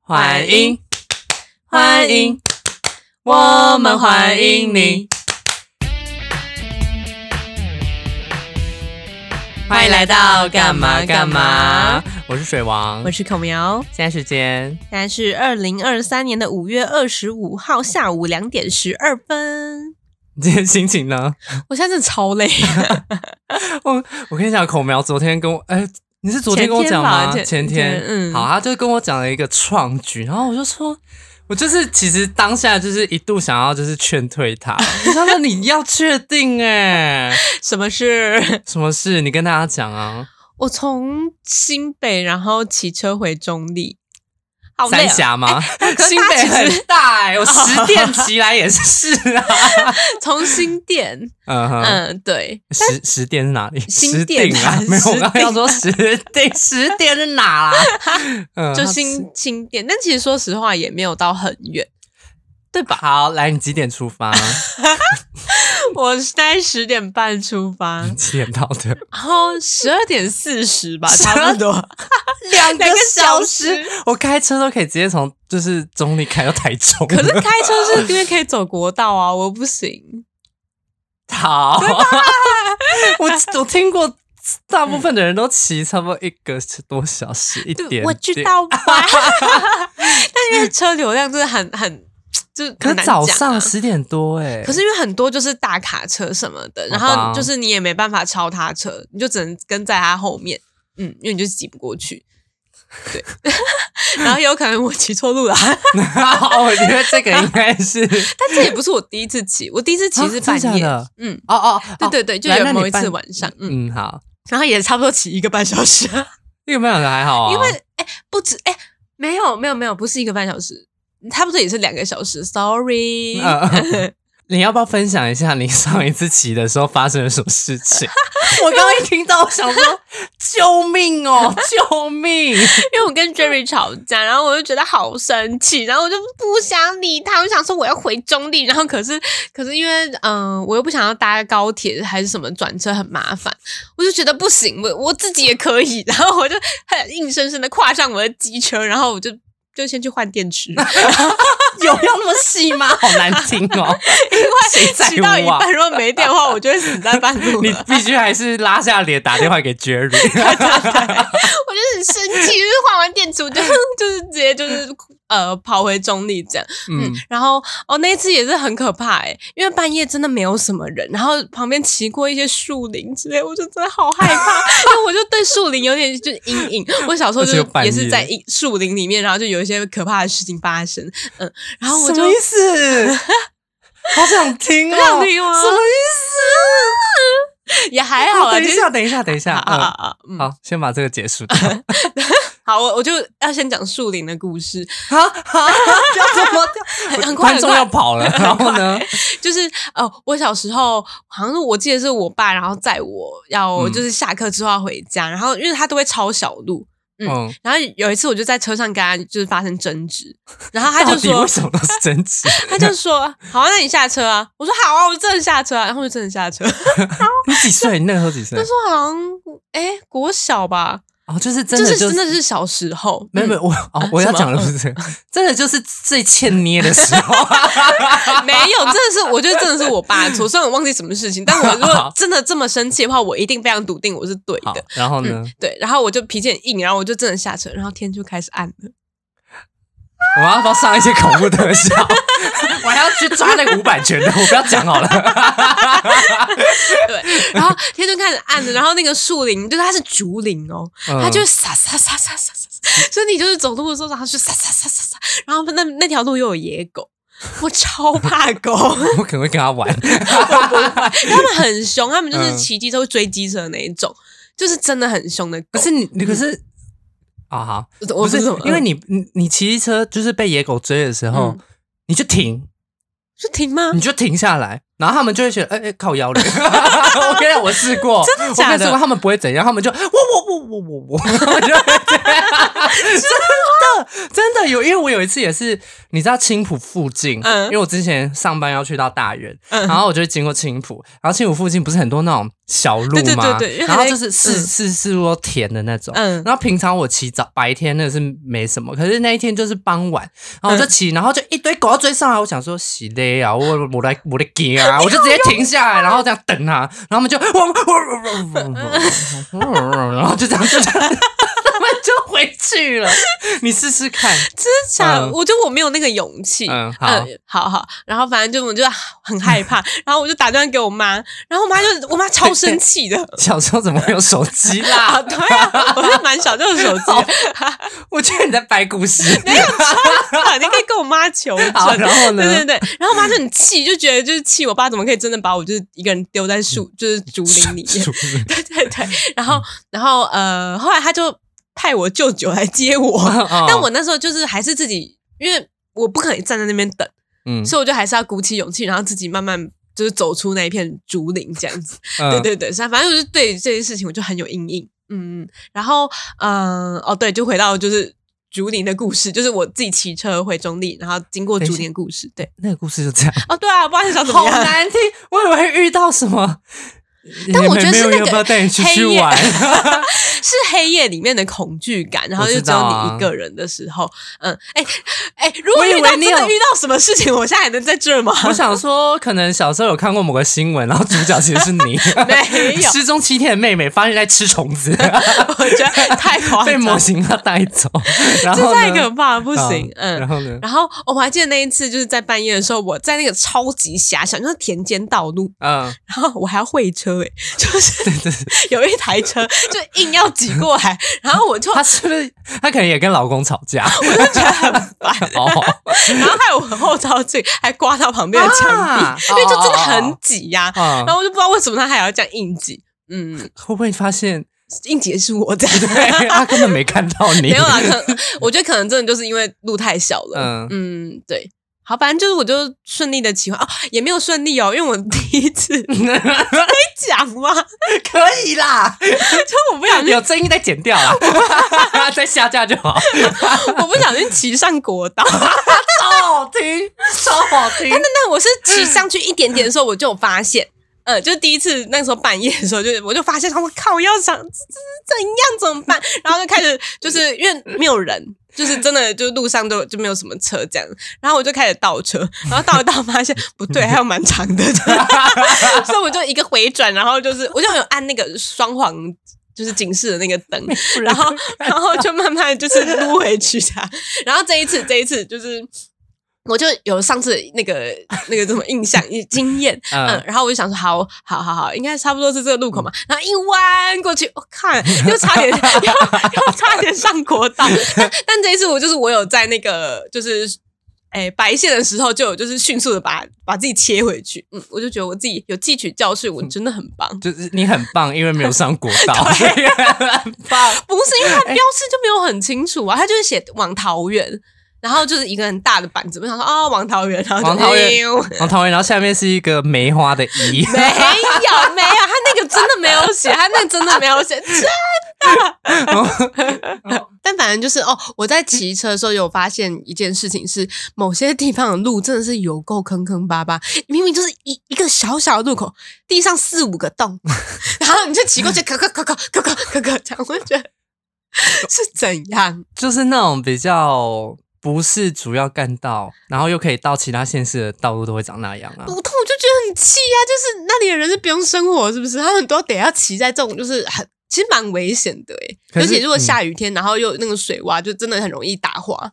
欢迎，欢迎，我们欢迎你！欢迎来到干嘛干嘛？我是水王，我是孔苗，现在时间 现在是二零二三年的五月二十五号下午两点十二分。你今天心情呢？我现在真的超累，我我跟你讲，孔苗昨天跟我，哎、你是昨天跟我讲吗？前天吧前前天，前天嗯好，他就跟我讲了一个创举，然后我就说。我就是，其实当下就是一度想要就是劝退他， 我说那你要确定哎、 什么事？什么事？你跟大家讲啊。我从新北然后骑车回中立，好累、三啊。峡吗？可是新它北其实很大哎、我十店骑来也是啊。 从新店， 嗯哼，嗯，对，十十店是哪里？新十店定啊啊，没有，我十刚刚要 说十店，十店是哪啦？嗯，就它新新店，但其实说实话也没有到很远。对吧？好，来，你几点出 发？我大概十点半出发，几点到的？然后哦十二点四十吧，差不多两 个小时。我开车都可以直接从就是中立开到台中。可是开车是因为可以走国道啊，我不行。 好，我我听过。大部分的人都骑差不多一个多小时，一点对，点。我知道吧？ 但因为车流量真的很很，就可很是难早讲上啊十点多哎、可是因为很多就是大卡车什么的，然哦好吧后就是你也没办法超他车，你就只能跟在他后面，嗯，因为你就挤不过去。 对，然后有可能我骑错路了， 哦，我觉得这个应该 是但这也不是我第一次骑，我第一次骑是半啊真的假夜，的嗯，哦哦， 对哦对对，就来有那你某一次半晚上，嗯，嗯好，然后也差不多骑一个半小时，一个半小时还好啊，因为 哎、不止哎、没有没有没有，不是一个半小时，差不多也是两个小时。Sorry，、嗯 你要不要分享一下你上一次骑的时候发生了什么事情？ 我刚刚一听到，我想说 救命哦，救 命！因为我跟 Jerry 吵架，然后我就觉得好生气，然后我就不想理他，我想说我要回中立，然后可是可是因为嗯、我又不想要搭高铁还是什么转车很麻烦，我就觉得不行，我我自己也可以， 然后我就很硬生生的跨上我的机车，然后我就就先去换电池。有要那么细吗？ 好难听哦， 因为谁在骑到一乎啊？半，如果没电的话，我就会死在半路了。 你必须还是拉下脸打电话给 Jerry。我就是很生气，就是换完电池，我就 就是直接就是呃跑回中立这样。嗯嗯，，然后哦那一次也是很可怕哎、因为半夜真的没有什么人，然后旁边骑过一些树林之类，我就真的好害怕，因为我就对树林有点就是阴影。我小时候就而且是又半夜也是在一树林里面，然后就有一些可怕的事情发生，嗯，然后我什就么意思？啊 好想听哦，让你吗什么意 也还思？啊好啦，等一其实下，等一下，等一下，啊啊嗯，啊！啊嗯，好，先把这个结束掉。好，我我就要先讲树林的故事， 好好，要怎么很 很快观很众快要跑了，然后呢？就是呃，我小时候好像是我记得是我爸，然后载我要嗯就是下课之后要回家，然后因为他都会抄小路，嗯，然后有一次我就在车上跟他就是发生争执，然后他到就底为说什么都是争执？ 他就说好、啊，那你下车啊，我说好啊，我真的下车啊，然后我就真的下车，你几岁？你那个时候几岁那？时候好像哎国小吧，哦，就是真就的是就真的是。是小时候， 嗯没有没有，我哦，我要讲的不是这个，真的就是最欠捏的时 候，没有，真的是，我觉得真的是我 爸的错。虽然我忘记什么事情，但我如果真的这么生气的话，我一定非常笃定我是对好的。，然后呢，对，然后我就脾气很硬，然后我就真的下车，然后天就开始暗了。我要不要上一些恐怖特效？我还要去抓那个五百拳的，我不要讲 好了。对，然后天就开始暗了，然后那个树林就是它是竹林哦，它就嗯是撒撒撒撒撒撒撒，所以你就是走路的时候，然后就撒撒撒撒撒，然后那那条路又有野狗。我超怕狗， 我可能会跟他 玩，他们很凶，他们就是嗯骑机车会追机车的那一种，就是真的很凶的狗可。是你，你可是啊好，我不是怎么，因为你你你骑嗯车就是被野狗追的时候，你就停，就停吗？你就停下来，然后他们就会觉得，哎、哎、靠腰嘞！ 我跟你讲，我试过，真的我假的跟你说过他们不会怎样，他们就我我我我我我， 我就会这样真的真的有，因为我有一次也是，你知道青浦附近，嗯因为我之前上班要去到大园，嗯然后我就会经过青浦，然后青浦附近不是很多那种小路吗？对对对对然后还就是是嗯是是说田的那种，嗯然后平常我骑早白天那是没什么，可是那一天就是傍晚，然后我就骑，然后就一堆狗要追上来，我想说洗嘞啊，我我来我的给啊，我就直接停下来，然后这样等它，然后我们就，然后就这样就这样，他们就回去了。你试试看，真的假的嗯我觉得我没有那个勇气。嗯，好，呃好好，然后反正就我就很害怕，然后我就打电话给我妈，然后我妈就我妈超生气 的，小时候怎么会有手机啦？啊，对啊，我是蛮小就有手机好的，我觉得你在掰故事。啊你可以跟我妈求证。好，然后呢？对对对，然后我妈就很气，就觉得就是气我爸怎么可以真的把我就是一个人丢在树就是竹林里嗯面，对对对，然后然后呃，后来他就派我舅舅来接我，但但我那时候就是还是自己，因为我不可能站在那边等，嗯，所以我就还是要鼓起勇气，然后自己慢慢就是走出那一片竹林这样子。对对，对对，反正就是对这件事情我就很有阴影。嗯，嗯然后嗯、呃哦对，就回到就是竹林的故事，就是我自己骑车回中立，然后经过等一竹下林的故事。对，那个故事就这样。哦对啊，不知道你想怎好么样。难听，我以为遇到什么。 但我觉得是那个没有要不要带你出去黑夜玩？ 是黑夜里面的恐惧感，然后就我知只道有啊你一个人的时候，嗯，哎、哎、如果我以遇为到真你有的遇到什么事情，我现在还能在这儿吗？ 我想说，可能小时候有看过某个新闻，然后主角其实是你，没有失踪七天的妹妹发现在吃虫 子，我觉得太夸 被张模了，型要带走，然后这呢太可怕了，不行，啊然嗯。后呢？然后我还记得那一次，就是在半夜的时候，我在那个超级狭小，就是田间道路，嗯，然后我还要会车、欸，就是 有一台车就硬要挤过来，然后我就她是不是她可能也跟老公吵 架？就觉得很 烦，哦，然后害我后照镜还刮到旁边的墙壁，啊因为就真的很挤呀、嗯然，后我就不知道为什么他还要这样硬挤， 嗯，会不会发 现？硬挤的是我这对，样。她根本没看到你。没有啊啦，可能我觉得可能真的就是因为路太小了嗯。嗯对。好，反正就是我就顺利的骑完哦，也没有顺利哦，因为我第一次可以讲吗？ 可以啦，就我不小心，有争议再剪掉 啦， 再下架就好。我不小心骑上国道，超好听，超好听。那我是骑上去一点点的时候，我就有发现，呃，就第一次那时候半夜的时候，就是我就发现，我靠，我要想这这这怎样怎么办？然后就开始就是因为没有人。就是真的，就路上都就没有什么车这样，然后我就开始倒车，然后倒一倒发现不对，还有蛮长的， 所以我就一个回转，然后就是我就有按那个双黄就是警示的那个灯， 然后然后就慢慢就是撸回去这样。然后这一次，这一次就是。我就有上次那个那个什么印象经验，嗯嗯，然后我就想说，好，好，好，好，应该差不多是这个路口嘛。然后一弯过去，我、看又差点又又差点上国道，但但这一次我就是我有在那个就是哎白线的时候就有就是迅速的把把自己切回去，嗯，我就觉得我自己有汲取教训，我真的很棒。就是你很棒，因为没有上国 道，很棒。不是，因为它标示就没有很清楚啊，它就是写往桃园，然后就是一个很大的板子，我想说啊、往桃园，然后就往桃园哎呦然后桃园，然后下面是一个梅花的一，没有没有，他那个真的没有写，他那个真的 没有写，真的。但反正就是哦，我在骑车的时候有发现一件事情是，某些地方的路真的是有够坑坑巴巴，明明就是一一个小小的路口，地上四五个洞， 然后你就骑过去，咳咳咳咳咳咳咳咳，这样我就觉得是怎样？ 就是那种比较不是主要干道，然后又可以到其他县市的道路都会长那样啊我。痛，我就觉得很气啊！就是那里的人是不用生活，是不是？他们都得要骑在这种，就是很其实蛮危险的诶、可尤是嗯其如果下雨天，然后又有那个水洼，就真的很容易打滑。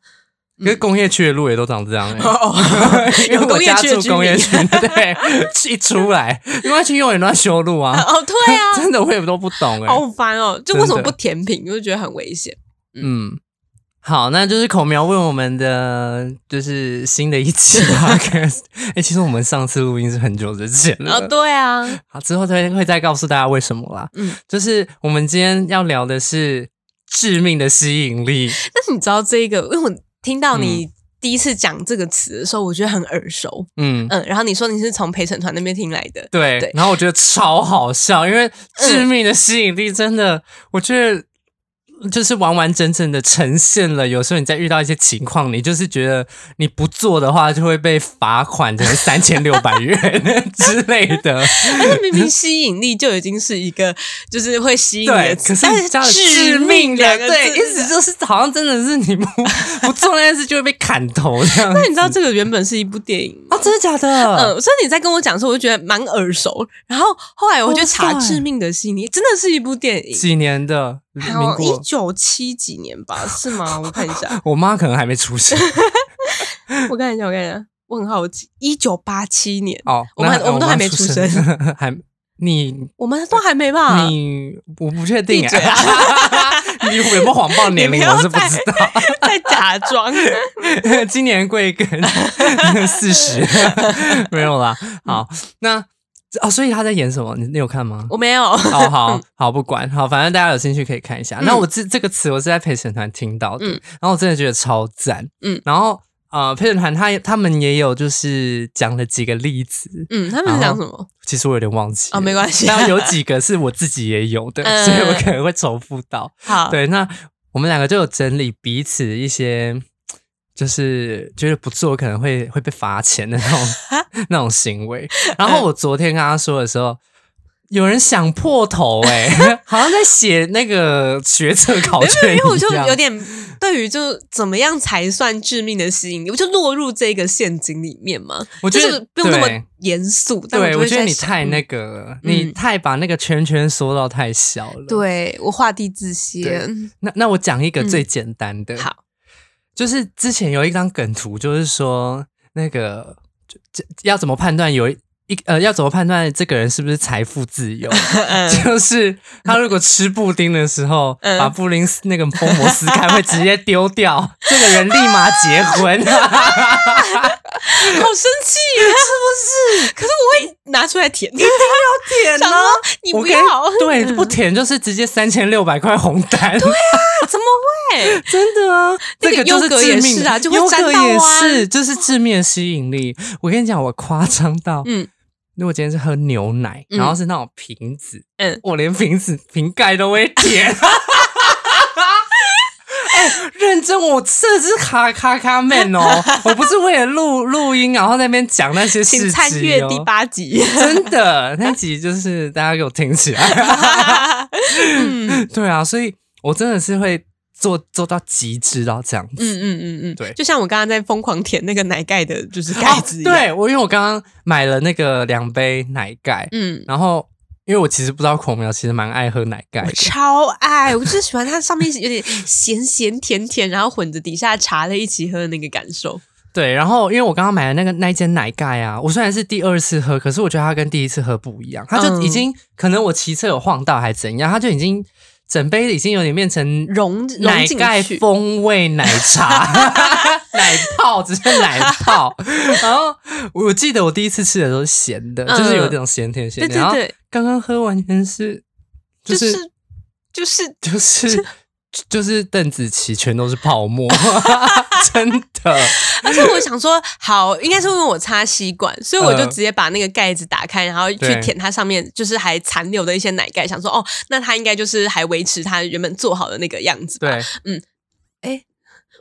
因为工业区的路也都长这样、欸。哦，因为我家 有工业区的住居民工业区，对， 一出来，因为去永远乱修路啊， 对 啊，真的我也都不懂哎、好烦哦！就为什么真不的填平？就觉得很危险。嗯，好，那就是孔苗问我们的，就是新的一 期 podcast。哎、其实我们上次录音是很久之前了，哦，对啊，好，之后再会再告诉大家为什么啦。嗯嗯，就是我们今天要聊的是致命的吸引力。但是你知道这个，因为我听到你第一次讲这个词的时候，我觉得很耳熟，嗯，嗯，然后你说你是从陪审团那边听来 的，对，嗯对然后我觉得超好笑，因为《致命的吸引力》真的，我觉得。就是完完整整的呈现了，有时候你在遇到一些情况，你就是觉得你不做的话就会被罚款，可能三千六百 元之类的。但是明明吸引力就已经是一个就是会吸引你对，的可词，是但你这样致命命的，两个对，字意思就是好像真的是你 不不做那件事就会被砍头这样那。你知道这个原本是一部电影吗？啊，真的假的？嗯，所以你在跟我讲的时候，我就觉得蛮耳熟。然后后来我去查哇《塞致命的吸引力》，真的是一部电影，几年的民好一国？九七几年吧？是吗？我看一 下，我妈可能还没出生我看一下，我看一下，我很好奇，一九八七年，哦，我们那还我们都妈还没出出生， 还你我们都还没吧？你我不确定闭嘴啊哎， 你有没有谎报年龄你不要我是不知道。 在假装。 今年贵庚 四十，没有啦。好，那哦，所以他在演什么？你你有看吗？我没有，好嗯好好，不管好，反正大家有兴趣可以看一下。那我这这个词我是在陪审团听到的，嗯然后我真的觉得超赞，嗯然后呃，陪审团他他们也有就是讲了几个例子，嗯，他们是讲什么？其实我有点忘记哦，没关系，但有几个是我自己也有的，嗯所以我可能会重复到。 好，对，那我们两个就有整理彼此一些，就是觉得不做可能会会被罚钱的那种那种行为。嗯然后我昨天跟他说的时候，有人想破头 哎、好像在写那个学测考卷一样。因为我就有点对于就怎么样才算致命的吸引力，我就落入这个陷阱里面嘛。我觉得就是不用那对么严肃，但对，就我会觉得在你想太那嗯个了，嗯你太把那个圈圈缩到太小了。，对我画地自对限。那那我讲一个嗯最简单的，好，就是之前有一张梗图，就是说那个就这要怎么判断有一一呃要怎么判断这个人是不是财富自 由？ 嗯就是他如果吃布丁的时候，嗯把布丁那个封膜撕开，会直接丢掉，这个人立马结 婚。好生气耶，是不是？可是我会拿出来舔，一定要舔哦想说你我不跟要， 对，不舔就是直接三千六百块红 单，啊怎么 会？真的啊，那 这个个就是优格致也命是的啊就会优沾格到也啊是，就是致命的吸引力。我跟你讲，我夸张到，嗯如果今天是喝牛奶，嗯然后是那种瓶子，嗯我连瓶子瓶盖都会舔。 哎、认真，我这是卡卡卡 man 哦，我不是为了录录音，然后在那边讲那些事情、请哦。参阅第八集。 真的那集就是大家给我听起来。 嗯对啊，所以我真的是会做做到极致到这样子。嗯嗯嗯嗯，对就像我刚刚在疯狂舔那个奶盖的，就是盖子一哦样。对，我因为我刚刚买了那个两杯奶盖，嗯，然后因为我其实不知道孔苗其实蛮爱喝奶盖我的。超爱，我就是喜欢它上面有点咸咸甜甜，然后混着底下茶的一起喝的那个感受。对，然后因为我刚刚买的那个那一间奶盖啊，我虽然是第二次喝，可是我觉得它跟第一次喝不一样，它就嗯已经、可能我骑车有晃到还怎样，它就已经整杯已经有点变成融融奶进盖去风味奶 茶，奶泡只是奶泡。然后我记得我第一次吃的时候是咸的，嗯就是有这种咸甜咸对甜。对然后对，刚刚喝完全是，就就是是就是就是 就是邓紫棋全都是泡 沫，真的。而且我想说，好，应该是因为我插吸管，所以我就嗯直接把那个盖子打开，然后去对舔它上面就是还残留的一些奶盖，想说哦，那它应该就是还维持它原本做好的那个样子吧。 对，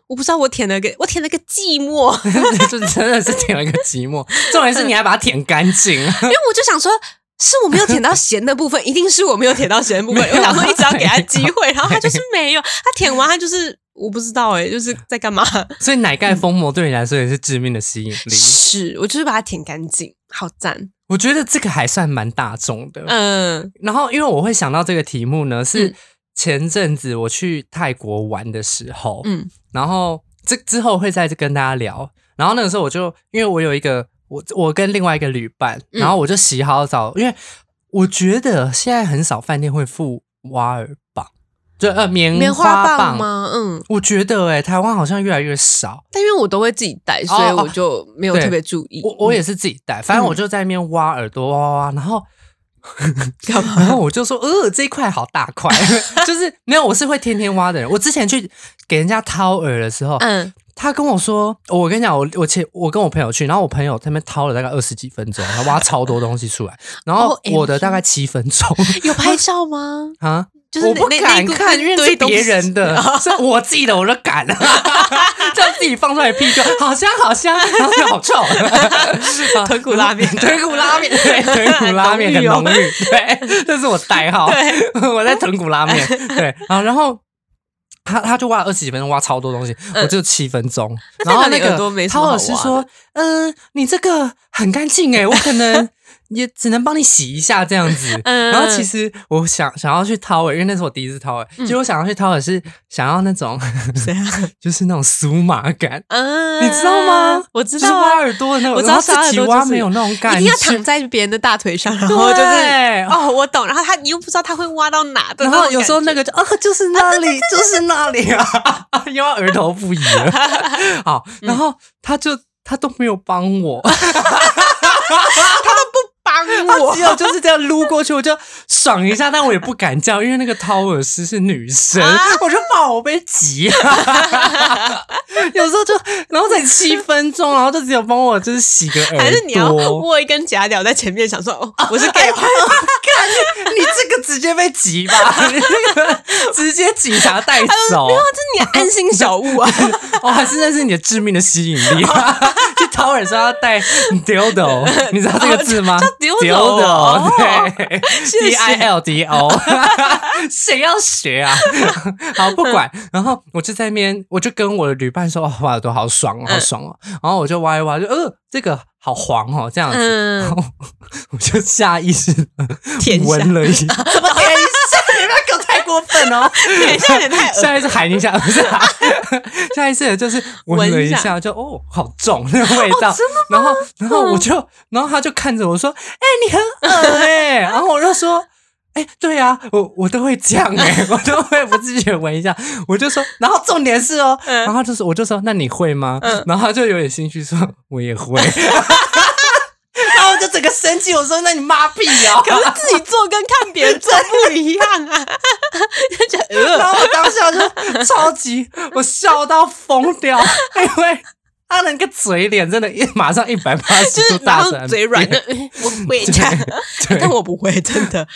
我不知道我舔了个，我舔了个寂寞， 因就真的是舔了个寂寞。重点是你还把它舔干 净，为我就想说。是我没有舔到咸的部分，一定是我没有舔到咸的部分。没有啊我想说一直要给他机会，然后他就是没有，他舔完他就是我不知道哎、就是在干嘛？所以奶盖封膜对你来说也是致命的吸引力。是我就是把它舔干净，好赞。我觉得这个还算蛮大众的。嗯然后，因为我会想到这个题目呢，是嗯前阵子我去泰国玩的时候，嗯然后这之后会再跟大家聊。然后那个时候我就因为我有一个我我跟另外一个旅伴，嗯然后我就洗好澡，因为我觉得现在很少饭店会附挖耳棒，就呃棉棉花花棒吗？嗯，我觉得哎、欸，台湾好像越来越少。但因为我都会自己带，所以我就没有哦对特别注意。嗯我我也是自己带，反正我就在那边挖耳朵挖挖挖，然后 干嘛？然后我就说，呃，这一块好大块， 就是没有，我是会天天挖的人。我之前去给人家掏耳的时候，嗯，他跟我说，我跟你讲，我我前我跟我朋友去，然后我朋友在那边掏了大概二十几分钟，他挖超多东西出来，然后 OMG 我的大概七分钟有拍照 吗？啊。就是我不那那敢一股看，因为是堆东西别人的， 是我自己的，我都敢了，就自己放出来屁就好香好香，然后就好臭， 豚骨拉面 豚骨拉面，对，豚骨拉面很浓浓郁哦郁，对，这是我代号，我在豚骨拉面，对，啊，然后。他他就挖了二十几分钟，挖超多东西，我只有七分钟。嗯那然代表后你那耳朵个没什陶么好老师挖说：“嗯、你这个很干净欸诶，我可能也只能帮你洗一下这样子。” 嗯然后其实我想想要去掏耳，因为那是我第一次掏耳。其实我想要去掏耳是想要那种，嗯 谁啊？ 就是那种酥麻感，嗯，你知道吗？我知就是道挖啊，耳朵的那种，我知然道后自己挖耳朵挖就是没有那种感觉，一定要躺在别人的大腿上，然后就是对哦，我懂。然后他你又不知道他会挖到哪的然那种感觉，后有时候那个就啊，就是那里，就是那里啊， 因为额头不一 了。好，嗯然后他就他都没有帮我， 哦帮我他只有就是这样撸过去，我就爽一下，但我也不敢叫，因为那个掏耳师是女生，啊我就怕我被急 啊。有时候就，然后才七分钟，然后就只有帮我就是洗个耳朵， 还是你要握一根假屌在前面，想 说哦，我是 gay，你这个直接被挤吧，你这个直接警察带走。你安心小物啊， 哦，还是那是你的致命的吸引力。 去掏耳说要带 dildo，你知道这个字吗叫 dildo 哦对谢，d 谢 i l d o，谁要学啊？ 好，不管。嗯然后我就在那边，我就跟我的旅伴说：“哦，挖耳朵好爽哦，好爽哦。”然后我就挖一挖，就呃，这个好黄哦，这样子。嗯然后我就下意识地舔一下，闻了 一，怎么舔一下？ 你不要给我太过分哦！舔一下也太 恶下一次喊一下，不是、啊， 下一次就是闻了一闻一哦下，就哦，好重那个味道。然后，然后我嗯就，然后他就看着我说：“哎、你很恶哎、然后我就说：“哎、对啊，我我都会这样哎、 我都会不自觉闻一下。”我就说，然后重点是哦，嗯然后就是我就说：“那你会吗？”嗯然后他就有点心虚说：“我也会。” 然后我就整个生气，我说：“那你妈逼啊！”可是自己做跟看别人做不一样啊，就觉得然呃后我当下就超级，我笑到疯掉，因为他那个嘴脸真的一马上一百八就十是度然大后转嘴软的，我会对这样，对， 但我不会，真的。啊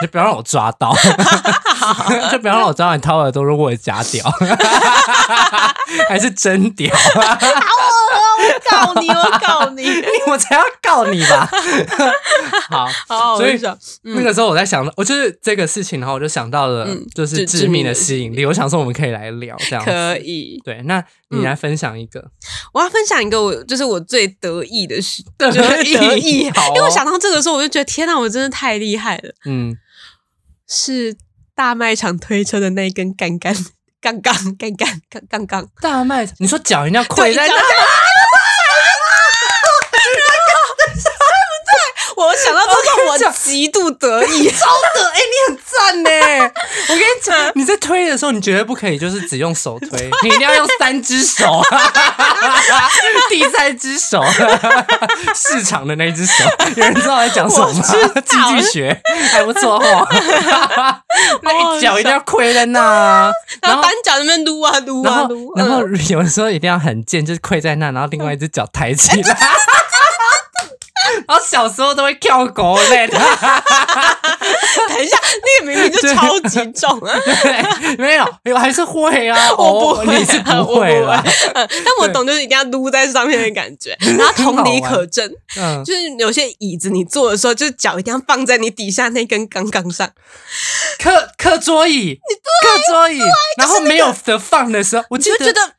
你不要让我抓到， 就不要让我抓到你掏耳朵，如果我假屌， 还是真屌，告你，我告你， 我才要告你吧。 嗯好，好好所以笑。那个时候我在想，我就是这个事情，然后我就想到了嗯，就是致致命的致命的吸引力。我想说，我们可以嗯来聊这样。可以，对，那你来分享一个，我要分享一个我就是我最得意的事，得就是意得意，好哦因为我想到这个时候，我就觉得天哪，我真的太厉害了！嗯，是大卖场推车的那一根杆杆杠杠杠杠杠杠杠，大麦，你说脚人家跪在对 那，我想到我跟你这个讲我极度得意，超的，哎、你很赞呢！ 我跟你讲， 你在推的时候，你绝对不可以就是只用 手推，你一定要用三只手， 第三只手， 市场的那只手，有人知道我在讲什么吗我知道？经济学还不错 哦，那一脚一定要跪在那，然然后后单。脚那边撸啊撸然啊后撸，，然后嗯有的时候一定要很贱，就是跪在那，然后另外一只脚抬起来。嗯 然后小时候都会跳狗类的， 呃等一下，那个明明就对超级重 啊，对，没有，我还是会啊，我哦不会啊，你是 我不不会啦，嗯但我懂，就是一定要撸在上面的感觉。然后同理可证，嗯，就是有些椅子你坐的时候，就是脚一定要放在你底下那根杠杠上。课课桌椅，课桌椅，然后没有的放的时候，我你记就得哦觉得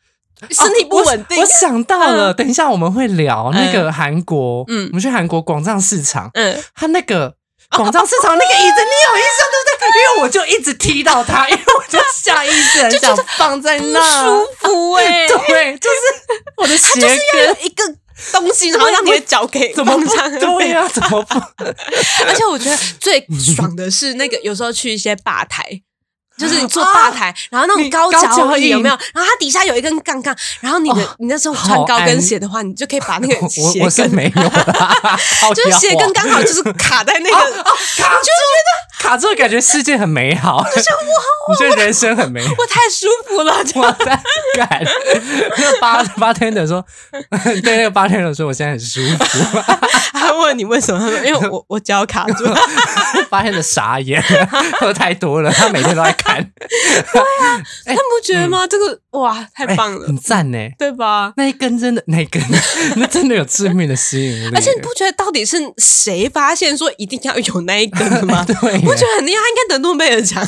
身体不稳定我。我想到了，等一下我们会聊那个韩国，嗯，嗯我们去韩国广藏市场，嗯，他那个广藏市场那个椅子，你有印象对不对？因为我就一直踢到它，因为我就下意识很想放在不那舒，服哎、 对，就是我的鞋要跟有一个东西，然后让你的脚给怎么放不上面对啊呀、怎么不？而且我觉得最爽的是那个有时候去一些吧台，就是你坐吧台，然后那种你啊高高脚脚椅哦椅有没有？然后它底下有一根杠杠，然后你的、你那时候穿好高跟安鞋的话，你就可以把那个 鞋我我是跟，没有啦，好 就是屌鞋哦跟刚好就是卡在那个，卡住，卡住，感觉世界很美好，你觉得人生很美好。 我太舒服了，就我在干，那个八八天的说， 对那个八天的说，我现在很舒 服。他问你为什么？因为我我脚卡住， 八天的傻眼了，喝太多了，他每天都在看，但不觉得吗？这个哇， 太棒了，哎很赞呢。对吧？那一根真的，那一根那真的有致命的吸引力，而且你不觉得到底是谁发现说一定要有那一根 的吗？ 对耶，我觉得很厉害，他应该得诺贝尔奖。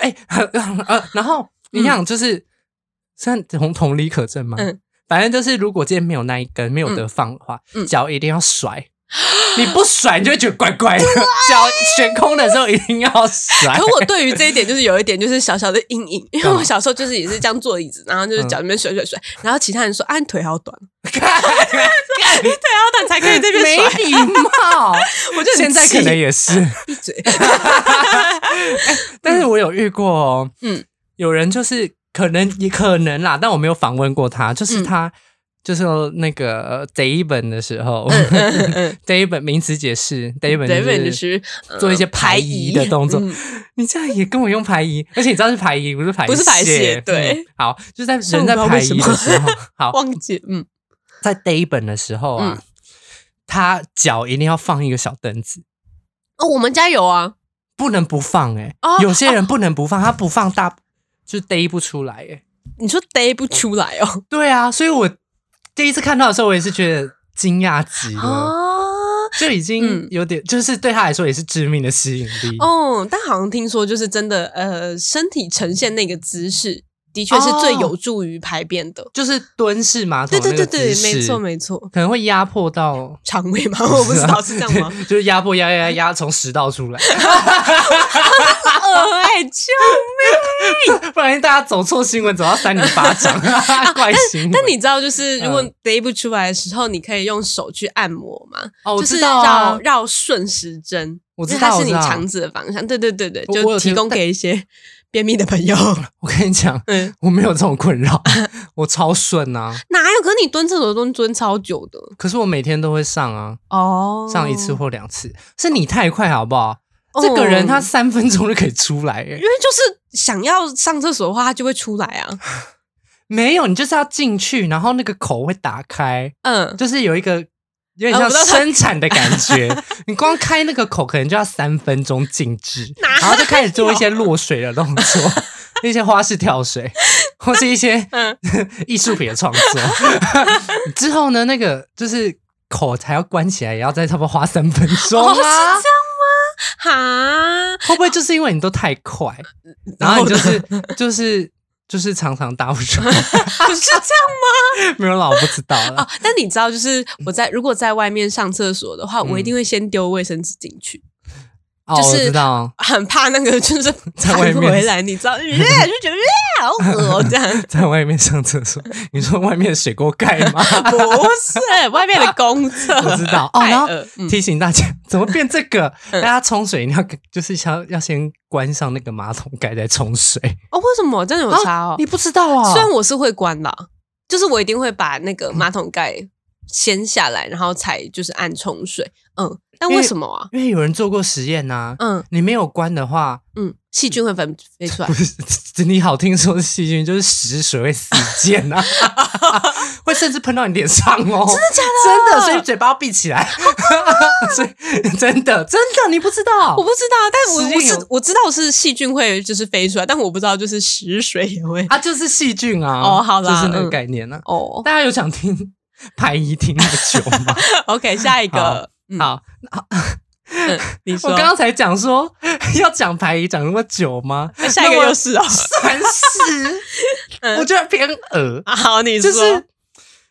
哎、 呃，然后一样就是，像同同理可证吗？嗯反正就是，如果今天没有那一根没有得放的话，嗯脚一定要甩。你不甩，你就会觉得怪怪的。脚悬空的时候一定要甩。啊可我 对于这一点就是有一点就是小小的阴影，因为我小时候就是也是这样坐椅子，然后就是嗯脚里面甩甩甩，然后其他人说啊你腿好短，你 腿好短才可以 这边没甩，礼貌， 我就很现在气可能也是。闭嘴。但是我有遇过、哦，嗯嗯，有人就是可能也可能啦，但我没有访问过他，就是嗯他、就是那个呃 day 本的时候、d 嗯 a y 本名词解释 day 本对，不然就。就是是呃做一些排移的动作嗯你这样也跟我用排移，而且你知道是排移，不是排不是排泄泄，对嗯好，就是在所以人在我不排知道移为什么的时候，好， 忘记嗯在 day 本的时候啊，他脚一定要放一个小凳子，哦，我们家有啊，不能不放哎、哦有些人不能不放，他不放大就是 day 不出来哎、你说逮不出来哦对啊，所以我第一次看到的时候，我也是觉得惊讶极了，啊就已嗯经有点，就是对他来说也是致命的吸引力。哦，但好像听说就是真的呃，身体呈现那个姿势的确是最哦有助于排便的。就是蹲式马桶对哦那对个对姿对，势，没错没错，可能会压迫到。肠胃吗？ 我不知道是这样吗？对？ 就是压迫压压压，从食道出 来，呃，哎， 就不然大家走错新闻，走到三里巴 掌， 怪新闻。啊但你知道，就是如果嗯逮不出来的时候，你可以用手去按摩嘛，哦，我就是知道啊绕，绕顺时针，我知因为道它我是你知道肠子的方向。对对对对，我我就有提听供给一些便秘的朋友。我跟你讲，嗯，我没有这种困扰，我超顺啊。 哪有？可是你蹲厕所蹲蹲超久的可是我每天都会上啊，哦，上一次或两次，是你太快好不好？哦这个人他三分钟就可以出来，哎因为就是想要上厕所的话，他就会出来啊。没有，你就是要进去，然后那个口会打开，嗯，就是有一个有点啊我像知道他生产的感觉。你光开那个口，可能就要三分钟静止，哪然后就开始做一些落水的动作，一些花式跳水，或是一些嗯艺术品的创作。之后呢，那个就是口才要关起来，也要再差不多花三分钟哦是这啊样。哈，会不会就是因为你都太快，呃然后你就是 就是就是常常搭不出来？不是这样 没有啦，我不知道哦啦。。但你知道，就是我在如果在外面上厕所的话，嗯我一定会先丢卫生纸进去，哦，就是我知道，很怕那个就是在外面弹回来，你知道，就觉得呃好恶哦 这样。在外面上厕 所，你说外面的水锅盖吗？不是外面的公厕， 我知道哦，太然后恶嗯提醒大家怎么变这个？ 大家冲水一定要就是想要先关上那个马桶盖再冲水。哦，为什么真的有差哦你？不知道啊？虽然我是会关的，就是我一定会把那个马桶盖掀下来，然后才就是按冲水。嗯，但为什么啊？因为有人做过实验呐、嗯你没有关的话，嗯，细菌会分飞出来不。是你好听说是细菌，就是屎水会死溅 啊，会甚至喷到你脸上哦。真的假的？真的，所以嘴巴要闭起来。哦所以真的真的，你不知道我不知道，实但我验我是有我知道是细菌会就是飞出来，但我不知道就是食水 也会啊，就是细菌啊。哦好啦就是那嗯个概念啊。哦。大家有想听排遗听那么久吗？ OK，下一个好，嗯，好，嗯你 我 说，刚刚才讲说要讲排遗讲那么久吗？哎下一个那我 又是哦，算是， 嗯我觉得偏恶。好，你就说，是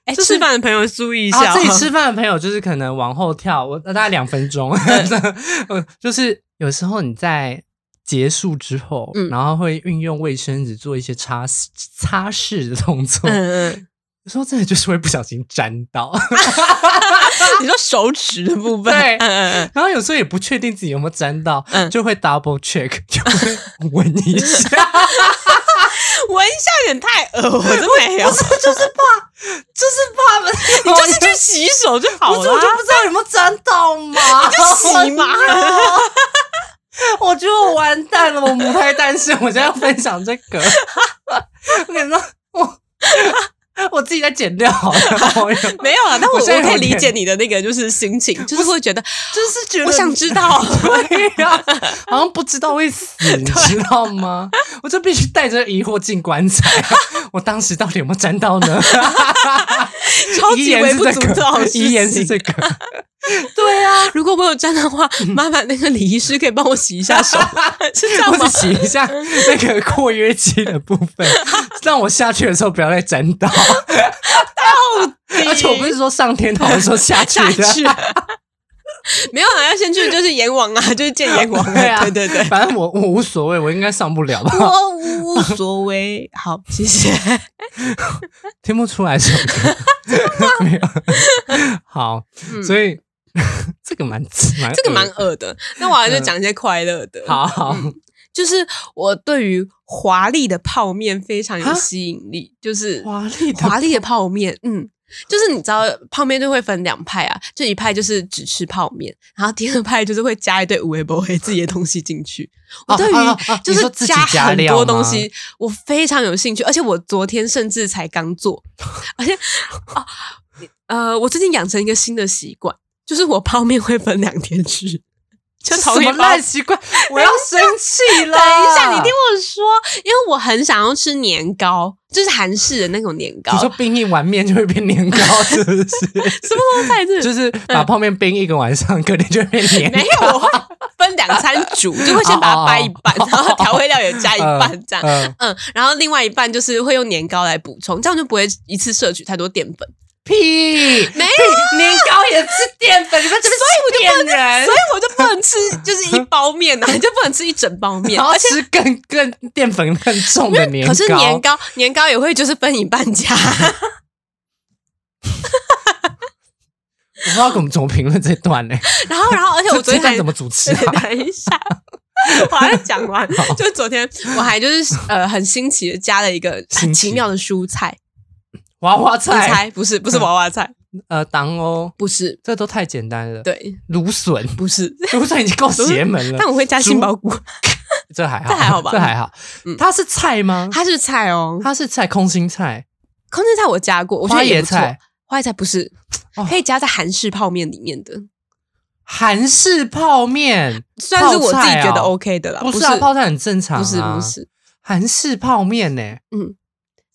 哎，就是吃饭的朋友注意一啊，下，哦自己吃饭的朋友就是可能往后跳，我大概两分钟， 呃就是有时候你在结束之后，嗯然后会运用卫生纸做一些擦拭擦拭的动作，嗯，嗯有时候真的就是会不小心沾到， 嗯 你说手指的部分，哦对嗯 嗯然后有时候也不确定自己有没有沾到，嗯就会 double check，就会 闻一下。嗯，闻一下有点太恶， 我真没 有，我就是怕， 就是怕，你就是去洗手就好不是，我了就。不知道有没有沾到嘛，就洗嘛 我觉得我完蛋了，我母胎单身，我现在要分享这 个，我跟你说，我我自己在剪掉好了，我有就没有啊，但我我现在我可以有点理解你的那个就是心情，就是会觉得是觉得我想知 道，对呀、啊啊好像不知道会死，你知道吗？我就必须带着疑惑进棺材， 我当时到底有没有沾到呢？超遗级言微是不这足道个的，事遗言是情。这个，对啊。 如果我有沾的话，麻烦那个礼仪师可以帮我洗一下手，嗯 是这样或吗是？洗一 下那个括约肌的部分，让我下去的时候不要再沾到。而且我不是说上天堂，我是说下去 下的。去。啊没有啊，要先去就是阎王啊， 就是见阎王对啊， 对对对，反正我我无所谓，我应该上不了吧？我无所谓。好，谢谢。听不出来什么 歌，没有。好，所以 这个蛮蛮嗯这个蛮嗯恶恶的。那我还是讲一些快乐 的。好好就是我对于华丽的泡面非常有啊吸引力，就是华丽的华丽的泡面，嗯。就是你知道泡面就会分两派啊，就一派就是只吃泡面，然后第二派就是会加一堆无微不微自己的东西进去。我哦对哦于哦就你是说自己加很料多东吗西，我非常有兴趣，而且我昨天甚至才刚做，而且啊呃，我最近养成一个新的习惯，就是我泡面会分两天吃，就同什一么包烂习惯，我要生气了。等一下，你听我说，因为我很想要吃年糕，就是韩式的那种年糕你，说冰一碗面就会变年糕，是 不是？什么东西在这？就是把泡面冰一个晚嗯上，可能就变黏。没有，我会分两餐煮，就会先把它掰一 半，哦哦哦然后调味料也加一半嗯这样。嗯，嗯，然后另外一半就是会用年糕来补充，这样就不会一次摄取太多淀粉。屁，没有啊屁年糕也是淀粉，你 们这边是骗人所。以我就不能吃，就是一包 面呐、啊，就不能吃一整包面。然后而且，吃更更淀粉更重的年糕，可是年糕年糕也会就是分一半加， 我不知道我们怎么评论这段 呢、然后然后而且我这昨天这还段怎么主持对 啊？等一下，我还没讲完。就昨天我还就是呃很新奇的加了一个很新奇奇妙的蔬菜，娃娃你菜，嗯猜不是不是娃娃菜，呃，党欧，不是这都太简单了。，对芦笋，不是，芦笋已经够邪门了但。我会加杏鲍菇，这还好，这还好吧这还好嗯。它是菜吗？它是菜哦，它是菜，空心菜，空心菜我加过，我觉花得也椰不错菜，，花椰菜不是哦可以加在韩式泡面里面的，韩式泡面。虽然是我自己泡觉菜得哦 OK 的啦，不不是啊，泡菜很正常、啊。不是不，是，韩式泡面呢、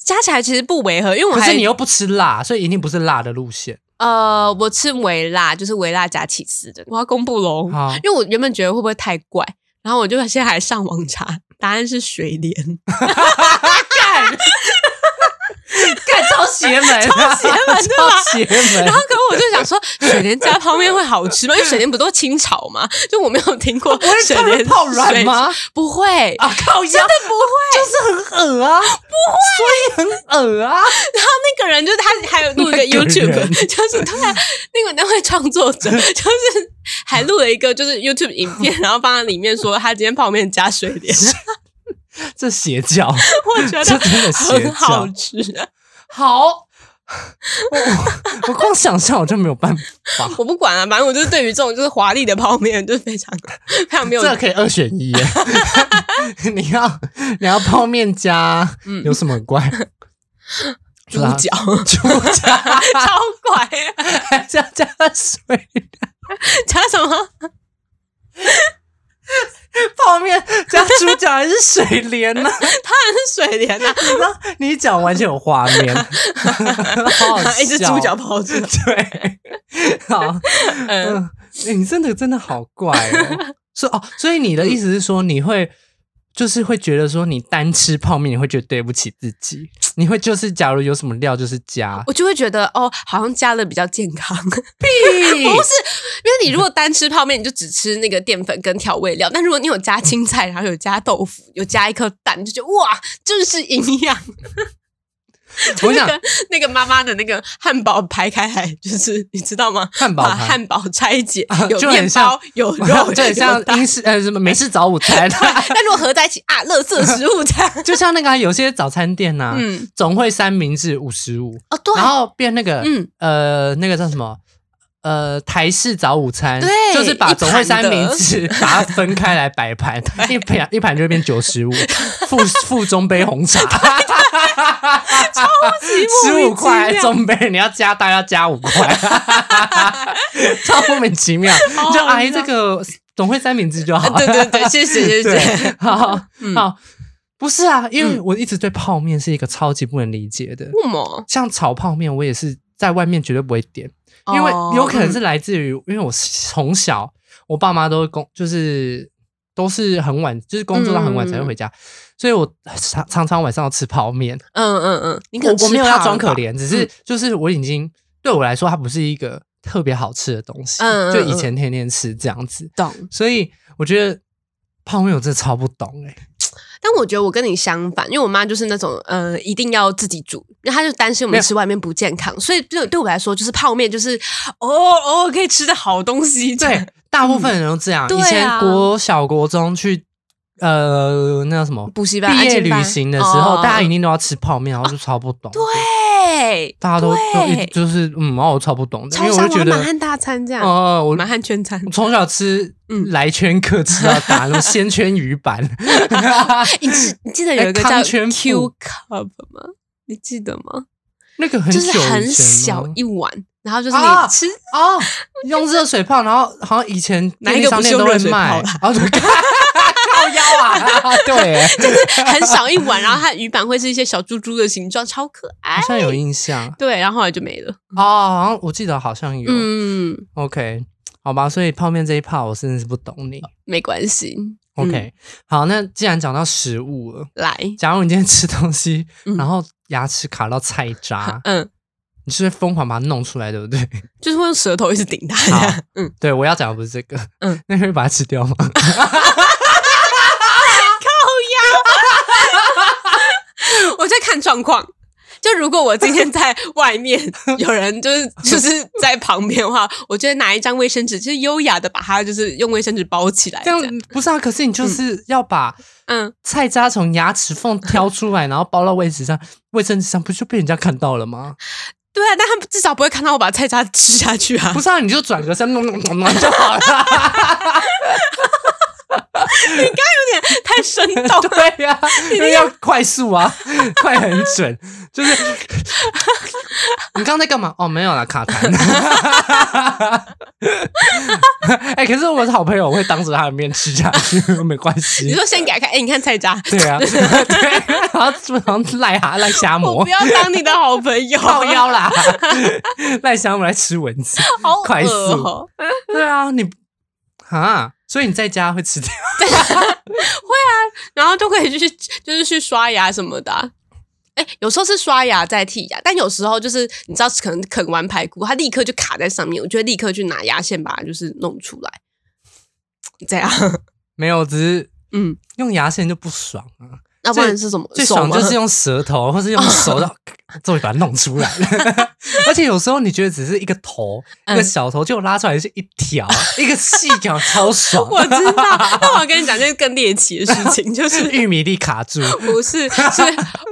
加起来其实不违和，因为我可还是你又不吃辣，所以一定不是辣的路线。呃我吃微辣就是微辣加起司的，我要公布喽，好，因为我原本觉得会不会太怪，然后我就现在还上网查，答案是水莲。 干超邪门、超邪门对吧超邪门。然后可我就想说，水莲加泡面会好吃吗？因为水莲不都清炒吗？就我没有听过水它哦会莲泡软？吗？水不会。啊靠腰！真的不会，就是很恶啊，不会，所以很恶啊。那个人就是他，还有录一个那个人 YouTube，就是他那个那位创作者，就是还录了一个就是 YouTube 影片，然后放在里面说他今天泡面加水莲，这邪 教，我觉这得真的邪很好教。吃。好，我我光想象我就没有办法。我不管了、反正我就是对于这种就是华丽的泡面，就是非常非常没有这可以二选 一耶，你要你要泡面加嗯有什么很怪？猪辣脚，猪加超怪， 加加水加什么？泡面加猪脚还是水莲呢、是水莲啊呐、你一讲完全有画 面，好好啊，笑一只猪脚跑出来。对，好， 嗯、嗯，欸你真的真的好怪哦。是哦，所以你的意思是说，你会就是会觉得说，你单吃泡面，你会觉得对不起自己，你会就是假如有什么料就是 加，我就会觉得哦，好像加了比较健康。 不屁是，因为你如果单吃泡面，你就只吃那个淀粉跟调味料；但如果你有加青菜，然后有加豆腐，有加一颗蛋，就觉得哇，真是营养。我 那想 个那个妈妈的那个汉堡排开来，就是你知道吗？汉堡把排啊汉堡拆解，有就很面像包，有肉，就很像有蛋英式呃什么美式早午 餐，但如果合在一起啊，垃圾食物餐。就像那个啊有些早餐店呐、嗯，总会三明治五十五，哦对然后变那个嗯呃那个叫什么？呃，台式早午餐，对就是把一总盘会三的明治 把它分开来摆 盘，一盘一盘就会变九十五，附附中杯红茶，莫十名五块其妙中杯，你要加大要加五块， 超莫名其妙，好就哎笑这个总会三明治就好了，对对对，谢谢谢 谢。对，好、嗯好，不是啊，因为我一直对泡面是一个超级不能理解的，为什么？像炒泡面，我也是在外面绝对不会点，因为哦有可能是来自于，因为我从小我爸妈都工就是都是很晚，就是工作到很嗯晚才会回家，所以我常常常晚上要吃泡面。嗯嗯嗯，你可我能我没有吃胖要装可了吧。嗯怜，只是就是我已经对我来说，它不是一个特别好吃的东西，嗯嗯就以嗯前天天吃这样子，懂，所以我觉得泡面我真的超不懂哎、但我觉得我跟你相反，因为我妈就是那种呃，一定要自己煮，然后她就担心我没们有吃外面不健康，所以对对我来说，就是泡面就是哦哦可以吃的好东西，这样对，大部分人都这样。嗯对以前啊国小国中去呃那叫什么补习班、毕啊安业亲旅班行的时候，哦啊大家一定都要吃泡面，然后就超不懂。对，对，大家都都一对就是嗯，然后我超不懂的，因超为我商就觉完得满汉大餐这样，哦，我满汉全餐我从小吃嗯来圈客吃到大，那种鲜圈鱼 板，你记你记得有一个哎叫康圈 Q 布 Cup 吗？你记得吗？那个很就久是以很前小吗一碗，然后就是你啊吃，哦，用热水泡，然后好像以前哪便利一个商不是店都用会热水卖泡啦，然后就 靠腰啊，对，很小一碗，然后它的鱼板会是一些小猪猪的形状，超可爱好。像有印象。对，然后后来就没了。哦，好像我记得好像有。哎嗯， OK，好吧，所以泡面这一趴我真的是不懂你。没关系。 OK，、好，嗯那既然讲到食物了，来，假如你今天吃东西，嗯然后牙齿卡到菜 渣，嗯，你是会疯狂把它弄出来，对不对？就是会用舌头一直顶它好。嗯，对，我要讲的不是这个，嗯嗯， 那你会把它吃掉吗？ 我在看状况。就如果我今天在外面有人就是 就是在旁边的话，我就会拿一张卫生纸，就是优雅的把它就是用卫生纸包起来。这样不是啊，可是你就是要把嗯，菜渣从牙齿缝挑出来，然后包到卫生纸上，卫生纸上不就被人家看到了 吗？对啊，但他们至少不会看到我把菜渣吃下去啊 不。是啊，你就转个身弄弄弄弄就好了。太生动了，对呀、 因为要快速啊， 快很准，就是你刚刚在干嘛？哦，没有啦，卡痰。 哎、可是我的好朋友我会当着他的面吃下去， 没关你系。说先给他看，哎、你看菜渣，对啊， 对，然后然后赖哈赖虾 我魔不，要当你的好朋友， 靠腰啦，赖虾魔来吃蚊子， 好恶快速哦、对啊，你啊，所以你在家会吃掉？然后就可以去就是去刷牙什么的啊、哎、有时候是刷牙再剔牙，但有时候就是你知道，可能啃完排骨，它立刻就卡在上面，我就会立刻去拿牙线把它就是弄出来。这样，没有，只是嗯，用牙线就不爽啊。那不然是什么？最手爽就吗是用舌头或是用 手的，终于把它弄出来了。 而且有时候你觉得只是一个头，一嗯个小头，就拉出来是一条，一个细条，超爽。 我知道，那我跟你讲件更猎奇的事 情，就是玉米粒卡 住，不是，是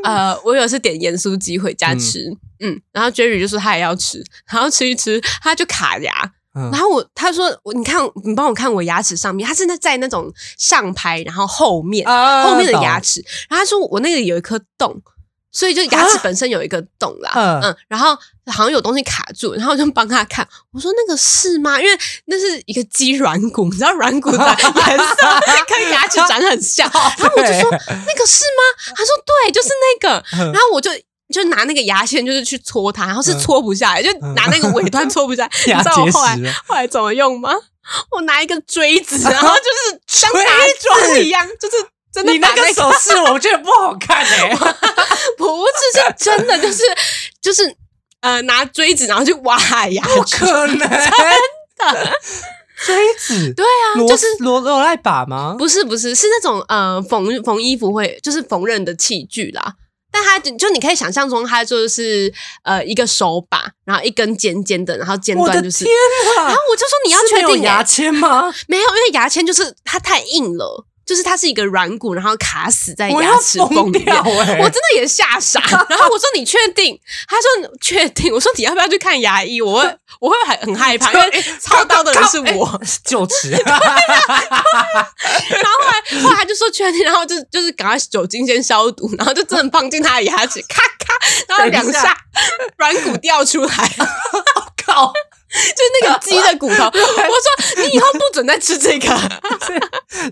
呃，我有一次点盐酥鸡回家吃，嗯然后 Jerry 就说他也要吃，然后吃一吃，他就卡牙，嗯然后我他说我你看你帮我看我牙齿上面，他是那在那种上排，然后后面、啊后面的牙，齿，然后他说我那个有一颗洞。所以就牙齿啊本身有一个洞啦，嗯嗯，然后好像有东西卡住，然后我就帮他看，我说那个是吗？因为那是一个鸡软骨，你知道软骨 的颜色跟牙齿长很像，然后我就对说那个是吗？他说对，就是那个。嗯然后我就就拿那个牙线，就是去搓它，然后是搓不下来，就拿那个尾嗯端搓不下 来。你牙知道结我后来石了，后来怎么用吗？ 我拿一个锥子，然后就是像打桩一样，就是真的啊你把那个手势我觉得不好看 哎。不是是 真的，就是就是呃拿锥子，然后去挖牙不齿。可能，真 的锥子？对啊就罗是罗罗赖把吗？不是不是，是那种呃缝缝衣服会就是缝纫的器具啦。但它就你可以想象中，它就是呃一个手把，然后一根尖尖的，然后尖我的端就是天。然啊后！我就说你要是确没有定、牙欸，签 吗？没有，因为牙签就是它太硬了，就是它是一个软骨，然后卡死在我哎牙要齿疯缝里面掉。哎、我真的也吓傻，然后我说你确定？他说确定。我说你要不要去看牙医？我会我会很很害怕，因为 操刀的人是我。哎就啊齿， 哎然后后来后来他就说确定，然后就就是赶快酒精先消毒，然后就真的放进他的牙齿，咔咔，然后两等一下下软骨掉出来， 就靠！那个鸡的骨 头。我说你以后不准再吃这个，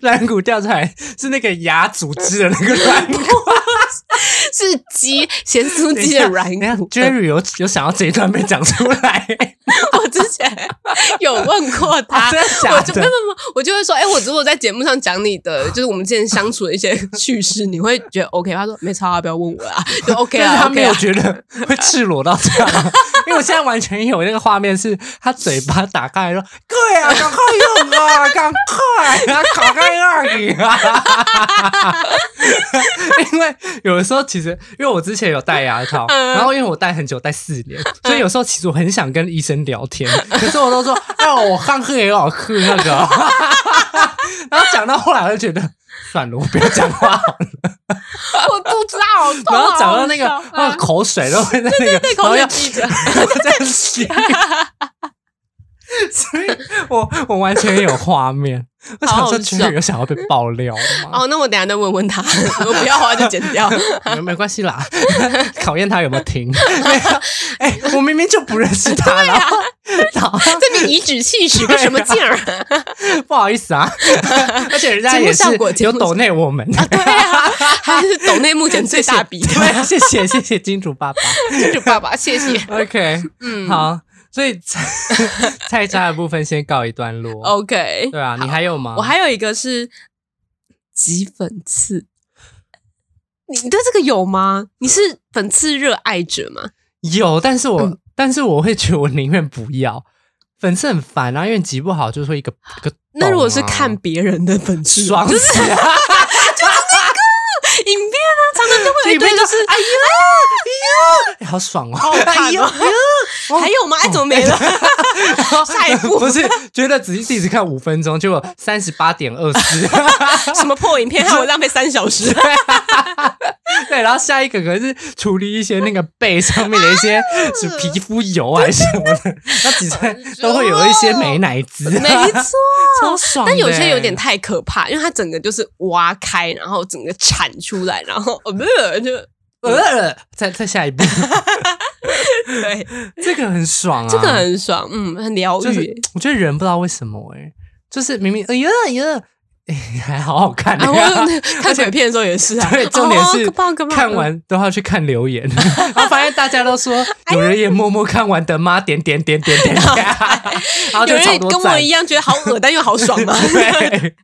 软骨掉出来是那个牙组织的那个软 骨，是鸡咸酥鸡的软等一下骨。 Jerry 有有想要这一段被讲出来， 我之前有问过他啊，真的我假就没的？，有没有没有我就会说，哎、我如果在节目上讲你的，就是我们之前相处的一些趣事，你会觉得 OK？他说没差啊，不要问我啦，就 OK 但是啊他没，OK 有啊。觉得会赤裸到这 样，啊因为我现在完全有那个画面，是他嘴巴打开说：“对啊，赶快用 啊，赶快啊，打开让你啊！” 因为有的时候其实，因为我之前有戴牙套，嗯然后因为我戴很久，戴四年，所以有时候其实我很想跟医生聊天，可是我都说：“哎呦，我上课也有课那个。” 然后讲到后来，我就觉得算了，我不要讲话好了 我肚子好痛，啊然后讲到那个，哦那好好笑个啊口水都会在那个，对然口后要水记者，这样吸。 所以我我完全有画 面，我好想好说笑全宇有想要被爆料吗？哦，那我等一下再问问他，我不要的话就剪 掉。没没关系啦，哦 考验他有没有听。 没有哎，我明明就不认识 他，然后然后啊这边颐指气啊使个什么劲儿？不好意思 啊，而且人家也是节目效果节有目效抖内我们。对 啊，还是抖内目前最大笔的，对啊，谢 谢谢谢金主爸爸。 就爸爸，谢谢。 OK，嗯好，所以 菜菜渣的部分先告一段落。 ，OK，对啊，你还有吗？我还有一个是挤粉刺。你你对这个有吗？你是粉刺热爱者吗？ 有，但是我、嗯但是我会觉得我宁愿不要粉刺很烦啊，因为挤不好就是会一个一个、啊啊那如果是看。别人的粉刺，爽就是死啊！影片啊，常常就会有一堆就是哎哎 好爽哦！好看哦哎呦哎呦还有吗？哎，怎么没了？ 哦下一 步不是觉得仔细自己看五分钟，结果三十八点二四， 什么破影片，害我浪费三小时。啊对，然后下一个可能是处理一些那个背上面的一啊些是皮肤油还是什么的，那几层都会有一些美奶滋，哦没错， 超爽的。但有些有点太可怕，因为它整个就是挖开，然后整个铲出来，然后呃 不是就呃，再再下一步， 对，这个很爽啊，这个很爽，嗯，很疗就是愈。我觉得人不知道为什么哎、就是明明哎呀哎呀，哎 还好好看、啊，欸。我看鬼片的时候也是啊，对，重点哦是可怕可怕看完都要去看留言， 然后发现大家都说哎有人也默默看完的吗？点点点点点， 然后有就超人多跟我赞一，样觉得好恶，但又好爽啊嘛。 对，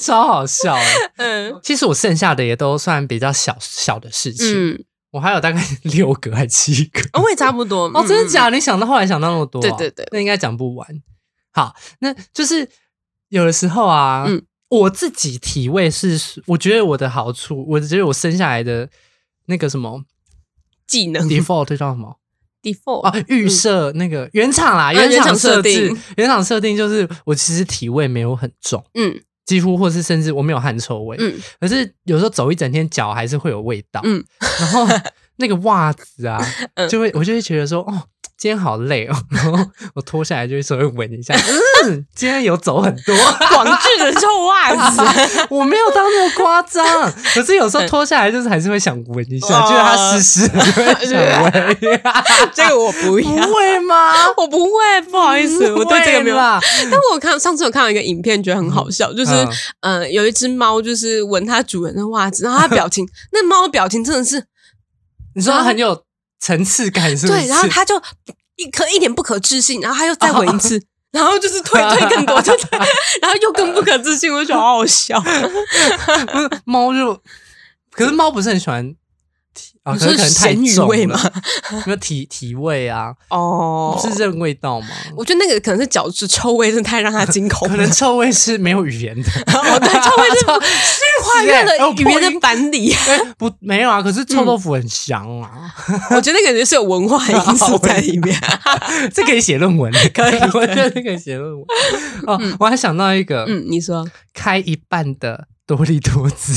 超好笑欸。嗯其实我剩下的也都算比较小小的事情，嗯，我还有大概 六个还七个，我也差不多。哦，嗯真的？假的？你想到后来想到那么多、啊，对对对那应该讲不完。好，那就是有的时候啊，嗯我自己体味是，我觉得我的好处，我觉得我生下来的那个什 么技能哦 default 叫什么 default 啊，预设那个原厂啦，嗯啊原原厂厂设设置定，原厂设定就是我其实体味没有很重，嗯几乎或是甚至我没有汗臭味，嗯，可是有时候走一整天脚还是会有味道，嗯然后那个袜子啊 嗯，就会我就会觉得说，哦，今天好累哦， 然后我脱下来就会稍微闻 一下，嗯，今天有走很多， 广智的臭袜子，我没有到那么夸张，可是有嗯时候脱下来就是还是会想闻一下，哦觉得它湿湿的，就会想闻， 这个我 不要嗯不，会吗？我不会，不好意思，我对这个没不会。有啦，但我有看上次有看到一个影片，觉得很好笑，就是嗯呃，有一只猫就是闻它主人的袜子，然后它 表情，那猫的表情真的是你说很有层次感是不是？对，然后它就一可一点不可置信，然后它又再闻 一次。然后就是退退更多，就对，然后又更不可置信，我就觉得好好 笑。不是猫就，可是猫不是很喜欢体啊，你可是说可能太咸鱼重味了吗， 有没有体体味啊？哦，是这个味道吗？我觉得那个可能是角质臭味，真的太让他惊恐可了。能臭味是没有语言 的，哦，对，臭味是是跨越哎我了破语言的音板里。哎不没有啊。可是臭豆腐很香啊，我觉得那个人是有文化 因素在里面。这可以写论文，嗯 可以我觉得这可以写论文。哦，我还想到一个，嗯，你说开一半的多利多姿，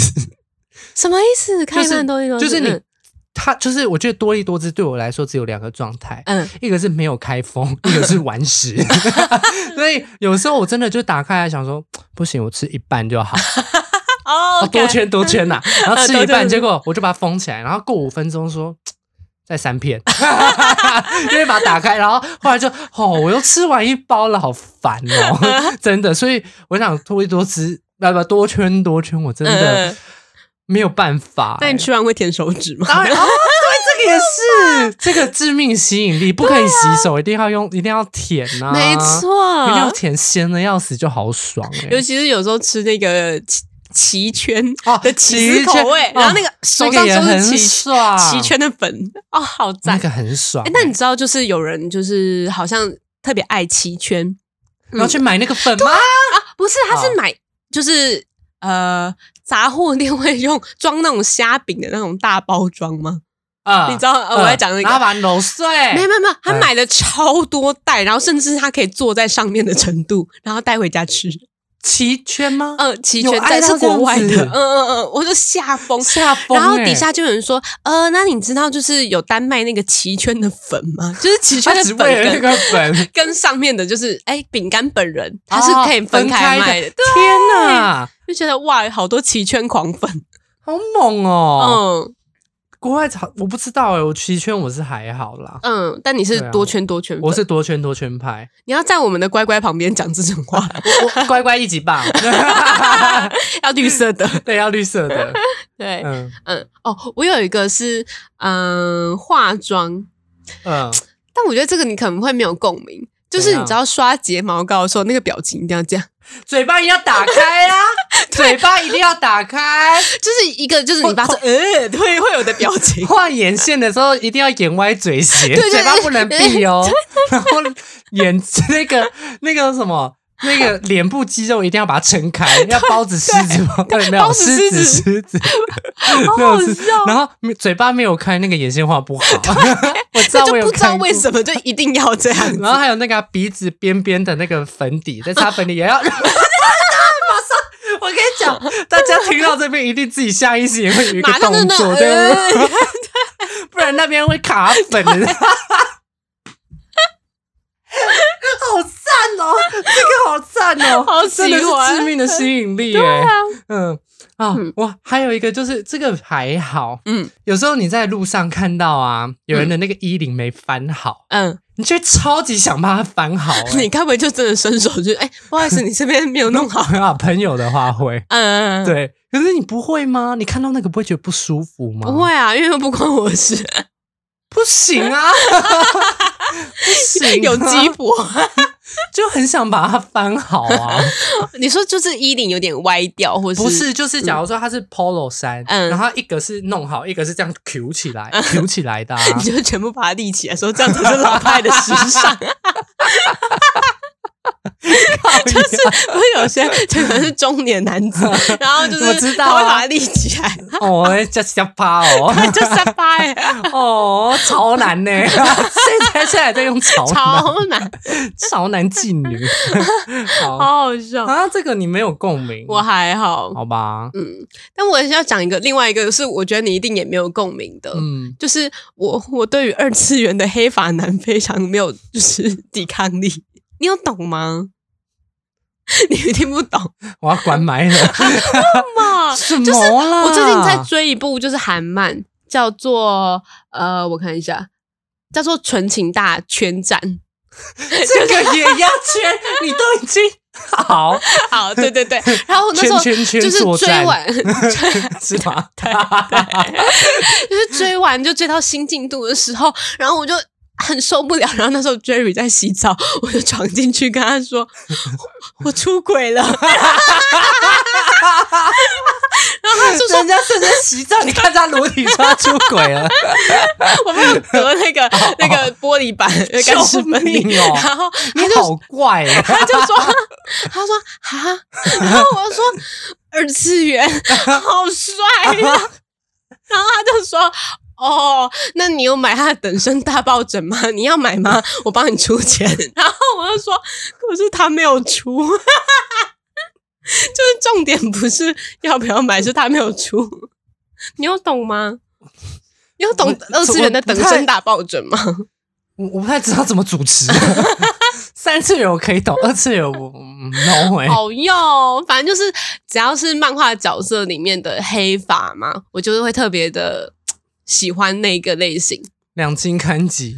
什么意思？开饭多一嗯多，就是你。它就是，我觉得多利多姿对我来说只有两个状态，嗯，一个是没有开封，一个是完 食。所以有时候我真的就打开来想说，不行，我吃一半就好，哦哦多圈多圈 呐、然后吃一多圈半，结果我就把它封起来，然后过五分钟说。再三片， 因为把它打开，然后后来就哦，我又吃完一包了，好烦 哦，真的。所以我想多一多吃，不不多圈多圈，我真嗯的嗯没有办法、那你吃完会舔手指吗？当 然，哦，对，这个也是 这个致命吸引力，不可以洗手，一定要用，一定要舔呐、啊，没一定要错，舔鲜的要死，就好爽哎、尤其是有时候吃那个奇奇圈哦的起司奇圈口味，哦然后那个手上那个也都很是奇爽，奇圈的粉，哦，好赞那！个很爽、欸哎，那你知道就是有人就是好像特别爱奇圈，然后去买那个粉啊吗？不是，他哦是买就是呃杂货店会用装那种虾饼的那种大包装吗？啊你知道呃我在讲那个然后把它揉碎，没有没有没有，他嗯买了超多袋，然后甚至他可以坐在上面的程度，然后带回家吃。奇圈吗？嗯，齐有全爱但到是这样国外的，子嗯嗯嗯，我就吓疯。下风、然后哎底下就有人说，呃，那你知道就是有单卖那个奇圈的粉吗？就是奇圈他的只粉为了那跟个粉，跟上面的就是，哎，饼干本人 它是可以哦分开开卖的，对，天哪！就觉得哇，好多奇圈狂粉，好猛哦！嗯。国外好我不知道哎、我奇圈我是还好啦，嗯，但你是对啊多圈多圈粉， 我是多圈多圈派，你要在我们的乖乖旁边讲这种 话，我我乖乖一级棒，要绿色的。 对，要绿色 的，对，嗯嗯，哦，我有一个是嗯化妆，嗯，但我觉得这个你可能会没有共鸣，就是怎你样知道刷睫毛膏的时候，那个表情一定要这样， 嘴巴一定要打开啦，嘴巴一定要打 开，就是一个就是你把它会呃 对会有的表 情，画眼线的时候一定要眼歪嘴斜，对对嘴巴不能闭 哦，然后眼那个那个什么。那个脸部肌肉一定要把它撑 开，要包子狮子包，对，没有包子狮子狮狮子，好没有 好狮笑。然后嘴巴没有开，那个眼线画 不好。 我知道就我有不知道看为过什么就一定要这样 子，然后还有那个啊、鼻子边边的那个粉底，在擦粉底也要。 马上，我跟你讲， 大家听到这边一定自己下意识也会有一个马上就动那作，对不对，呃 不然那边会卡粉的。 好赞哦，这个好赞哦，好喜真的欢是致命的吸引力耶。嗯啊嗯，我还有一个就是这个还好，嗯有时候你在路上看到啊，有人的那个衣领没翻好，嗯， 你就超级想把它翻 好、欸。你该不会就真的伸手就哎，不好意思，你这边没有弄好， 啊， 朋友的话会，嗯，嗯，嗯对。可是你不会吗？你看到那个不会觉得不舒服吗？不，会啊，因为又不关我的事，不行 啊，不行、有鸡机婆。就很想把它翻好啊。 你说就是衣领有点歪掉，或是啊不是，就是假如说它是 polo 衫，嗯然后一个是弄好，一个是这样 Q 起 来，Q 起来的、啊。 你就全部把它立起来，说这样子是老派的时 尚，就是不是有些就可能是中年男子，然后就是我知道啊他会把它立起来， 哦，这下趴哦，就三八哎，哦，潮男呢、现在现在在用潮男，超难，潮男妓 女。好好好笑。啊，这个你没有共鸣，我还好，好吧？但我还是要讲一个，另外一个是我觉得你一定也没有共鸣的，嗯，就是我 我对于二次元的黑发男非常没有就是 抵抗力，你有懂吗？ 你听不懂我要关麦了，吗？什么啦？我最近啊在 追一部就是韩漫，叫做呃，我看一下，叫做《纯情大圈战》。这个也要圈，你都已 经好 好，对对对，然后我那时圈候圈圈就是作追战 完，就是 吗？追完就追到新进度的时候，然后我就。很受不了，然后那时候 Jerry 在洗澡，我就闯进去跟他 说：“我我出轨了。”然后他就说人家正在洗澡，你看他裸体抓出轨 了，我没有隔 那个那个玻璃板，那救个石门里命哦然后你他就好怪欸他就说他说哈，然后我就说二次元好帅 呀、然后他就说。哦，那你有买他的等身大抱枕吗？ 你要买吗？我帮你出钱。 然后我就说，可是他没有出， 就是重点不是要不要买，是他没有出。你有懂吗？你有懂我二次元的等我不身太大抱枕吗？我我不太知道怎么主持。 三次元我可以懂，二次元我嗯 no 哎、好用，哦反正就是只要是漫画角色里面的黑发嘛，我就是会特别的喜欢那个类 型。两金刊集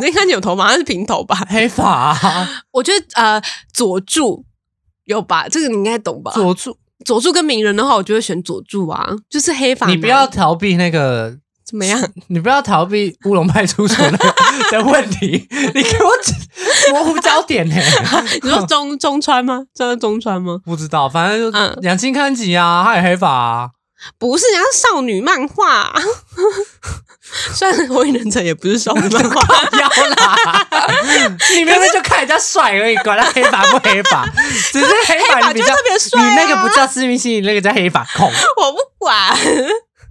你看你有头发，它是平头吧？黑发、啊、我觉得呃，佐助有吧，这个你应该懂吧？佐助，佐助跟鸣人的话，我就会选佐助啊，就是黑发男。你不要逃避那个，怎么 样？你不要逃避乌龙派出所的 的问题，你给我模糊焦 点呢、你说中中川吗？真的中 川吗？不知道，反正就嗯两金刊集啊，还有黑发、啊，不是，人家是少女漫画、 虽然《火影忍者》也不是少女漫画， 要啦！ 你明明就看人家帅而已，管他黑发不黑 发，只是黑黑发发你比就较特别帅、啊。你那个不叫致命性，你那个叫黑发控。我不管。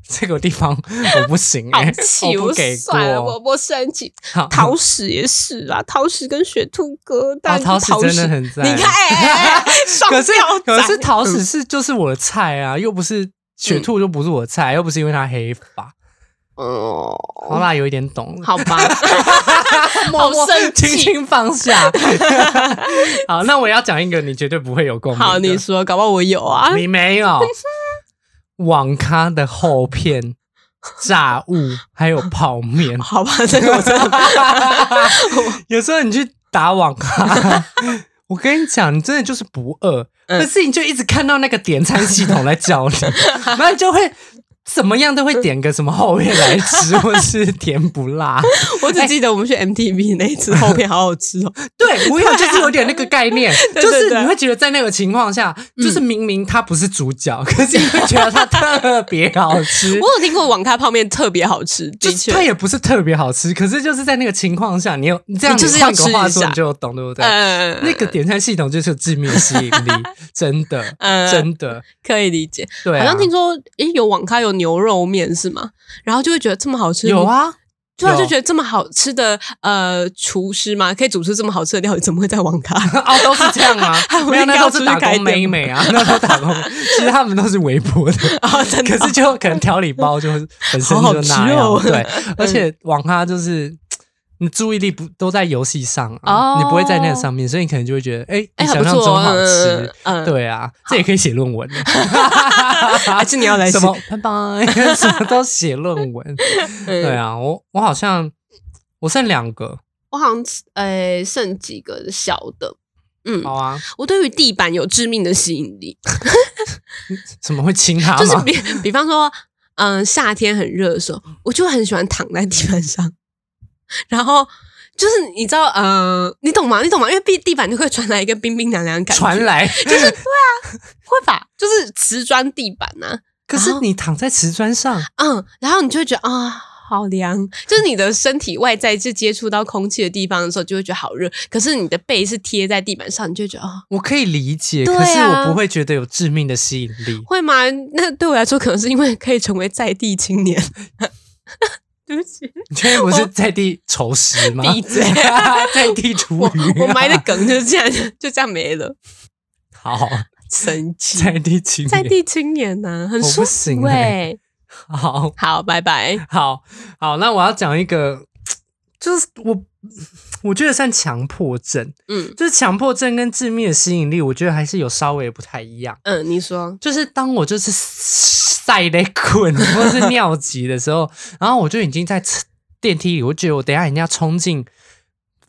这个地方我不行、好欸，气，我不我给算了，我过。不生气。好桃矢也是啊，桃矢跟雪兔哥，但啊是桃矢矢真的很赞。你看，哎哎哎双 可是标可是仔桃矢是就是我的菜啊，又不是雪兔，又不是我的菜，又不是因为他黑发。哦，好啦，有一点 懂了。好吧，默默好生气轻轻放 下。 好，那我要讲一个你绝对不会有共鸣的。好，你说，搞不好我有啊，。你没有网咖的厚片、炸物，还有泡面 好吧，这个我真的有时候你去打网咖， 我跟你讲，你真的就是不饿，嗯可是你就一直看到那个点餐系统来 教你，然后你就会。怎么样都会点个什么厚片来吃，或是甜不辣。我只记得我们去 MTV 那一次后片好好吃哦， 对，我有就是有点那个概念， 对就是对嗯你会觉得在那个情况下，就是明明他不是主角，可是你会觉得他特别好吃。 我有听过网咖泡面特别好吃，就的是确它，也不是特别好吃，可是就是在那个情况下，你有你这样你就是要换个话吃说，一下你 就懂对不对？嗯，那个点餐系统就是有致命吸引 力，真的，嗯真的，可以理解。对、好啊，像听说，诶，有网咖有牛肉面是吗？然后就会觉得这么好吃，有啊，对啊，有就觉得这么好吃的呃厨师嘛，可以煮出这么好吃的料理，怎么会在 网咖？哦，都是这样 啊还，有没有，那都是打那个要出去工开妹店妹啊，那都打工妹， 其实他们都是微波的，哦，真的可是就可能调理包就本身就那样，好好吃哦对，而且网咖就是。你注意力不都在游戏上、啊，哦你不会在那个上面，所以你可能就会觉得，哎、哎，比还想不象错，中好吃。嗯，嗯，对啊，这也可以写论文的， 还是你要 来什写么拜拜， 什么都写论文。对 嗯，啊，我我好像我剩两个，我好像呃剩几个小的，嗯，好啊，我对于地板有致命的吸引力，怎么会亲他就是吗？比 比方说，嗯，夏天很热的时候，我就很喜欢躺在地板上， 然后。就是你知道，呃，你懂吗？你懂吗？因为地地板就会传来一个冰冰凉凉的感觉，传来，就是会吧？就是瓷砖地板呐、可啊是你躺在瓷砖上，嗯，然后你就会觉得啊、好凉，就是你的身体外在是接触到空气的地方的时候，就会觉得好热。可是你的背是贴在地板上，你就会觉得啊、我可以理解，对啊可是我不会觉得有致命的吸引力。会吗？那对我来说，可能是因为可以成为在地青年。 对不起，你确定不是在地仇食吗？闭嘴啊 在地厨我余啊。我埋的梗就是这样，就这样没了，好，神奇。在地青年在地青年呢、很我不舒行欸服哎、好。好，拜拜。好好，那我要讲一个，就是我我觉得算强迫症，嗯就是强迫症跟致命的吸引力，我觉得还是有稍微不太一样。嗯，你说，就是当我就是 晒得困或是尿急的时候，然后我就已经在车电梯里，我觉得我等一下一定要冲进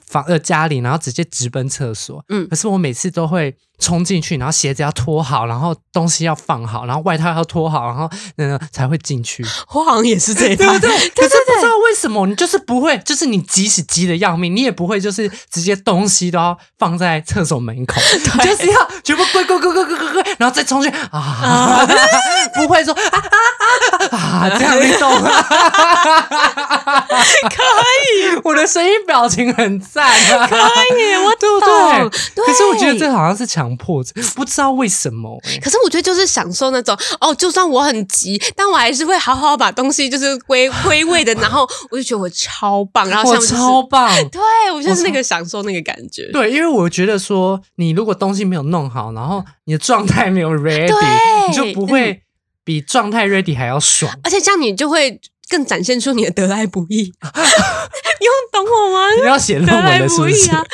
房呃家里，然后直接直奔厕所。嗯可是我每次都会冲进去，然后鞋子要脱好，然后东西要放好，然后外套要脱好，然后嗯才会进去。我好像也是这一派，对？可是不知道为什么，你就是不会，就是你即使急得要命，你也不会就是直接东西都要放在厕所门口，你就是要全部归归归归归归归，然后再冲去啊，不会说啊啊啊啊这样你懂吗？可以，我的声音表情很赞啊，可以，我对不懂对？对可是我觉得这好像是强迫症，不知道为什么欸、可是我觉得就是享受那种哦，就算我很急，但我还是会好好把东西就是归归位的，然后我就觉得我超棒，然后我像、就是、超棒。对我就是那个享受那个感觉，对，因为我觉得说，你如果东西没有弄好，然后你的状态 没有 ready，对嗯你就不会比状态 ready 还要爽。而且这样你就会更展现出你的得来不易， 你有懂我吗？你要写论得文来了是不不易是？啊，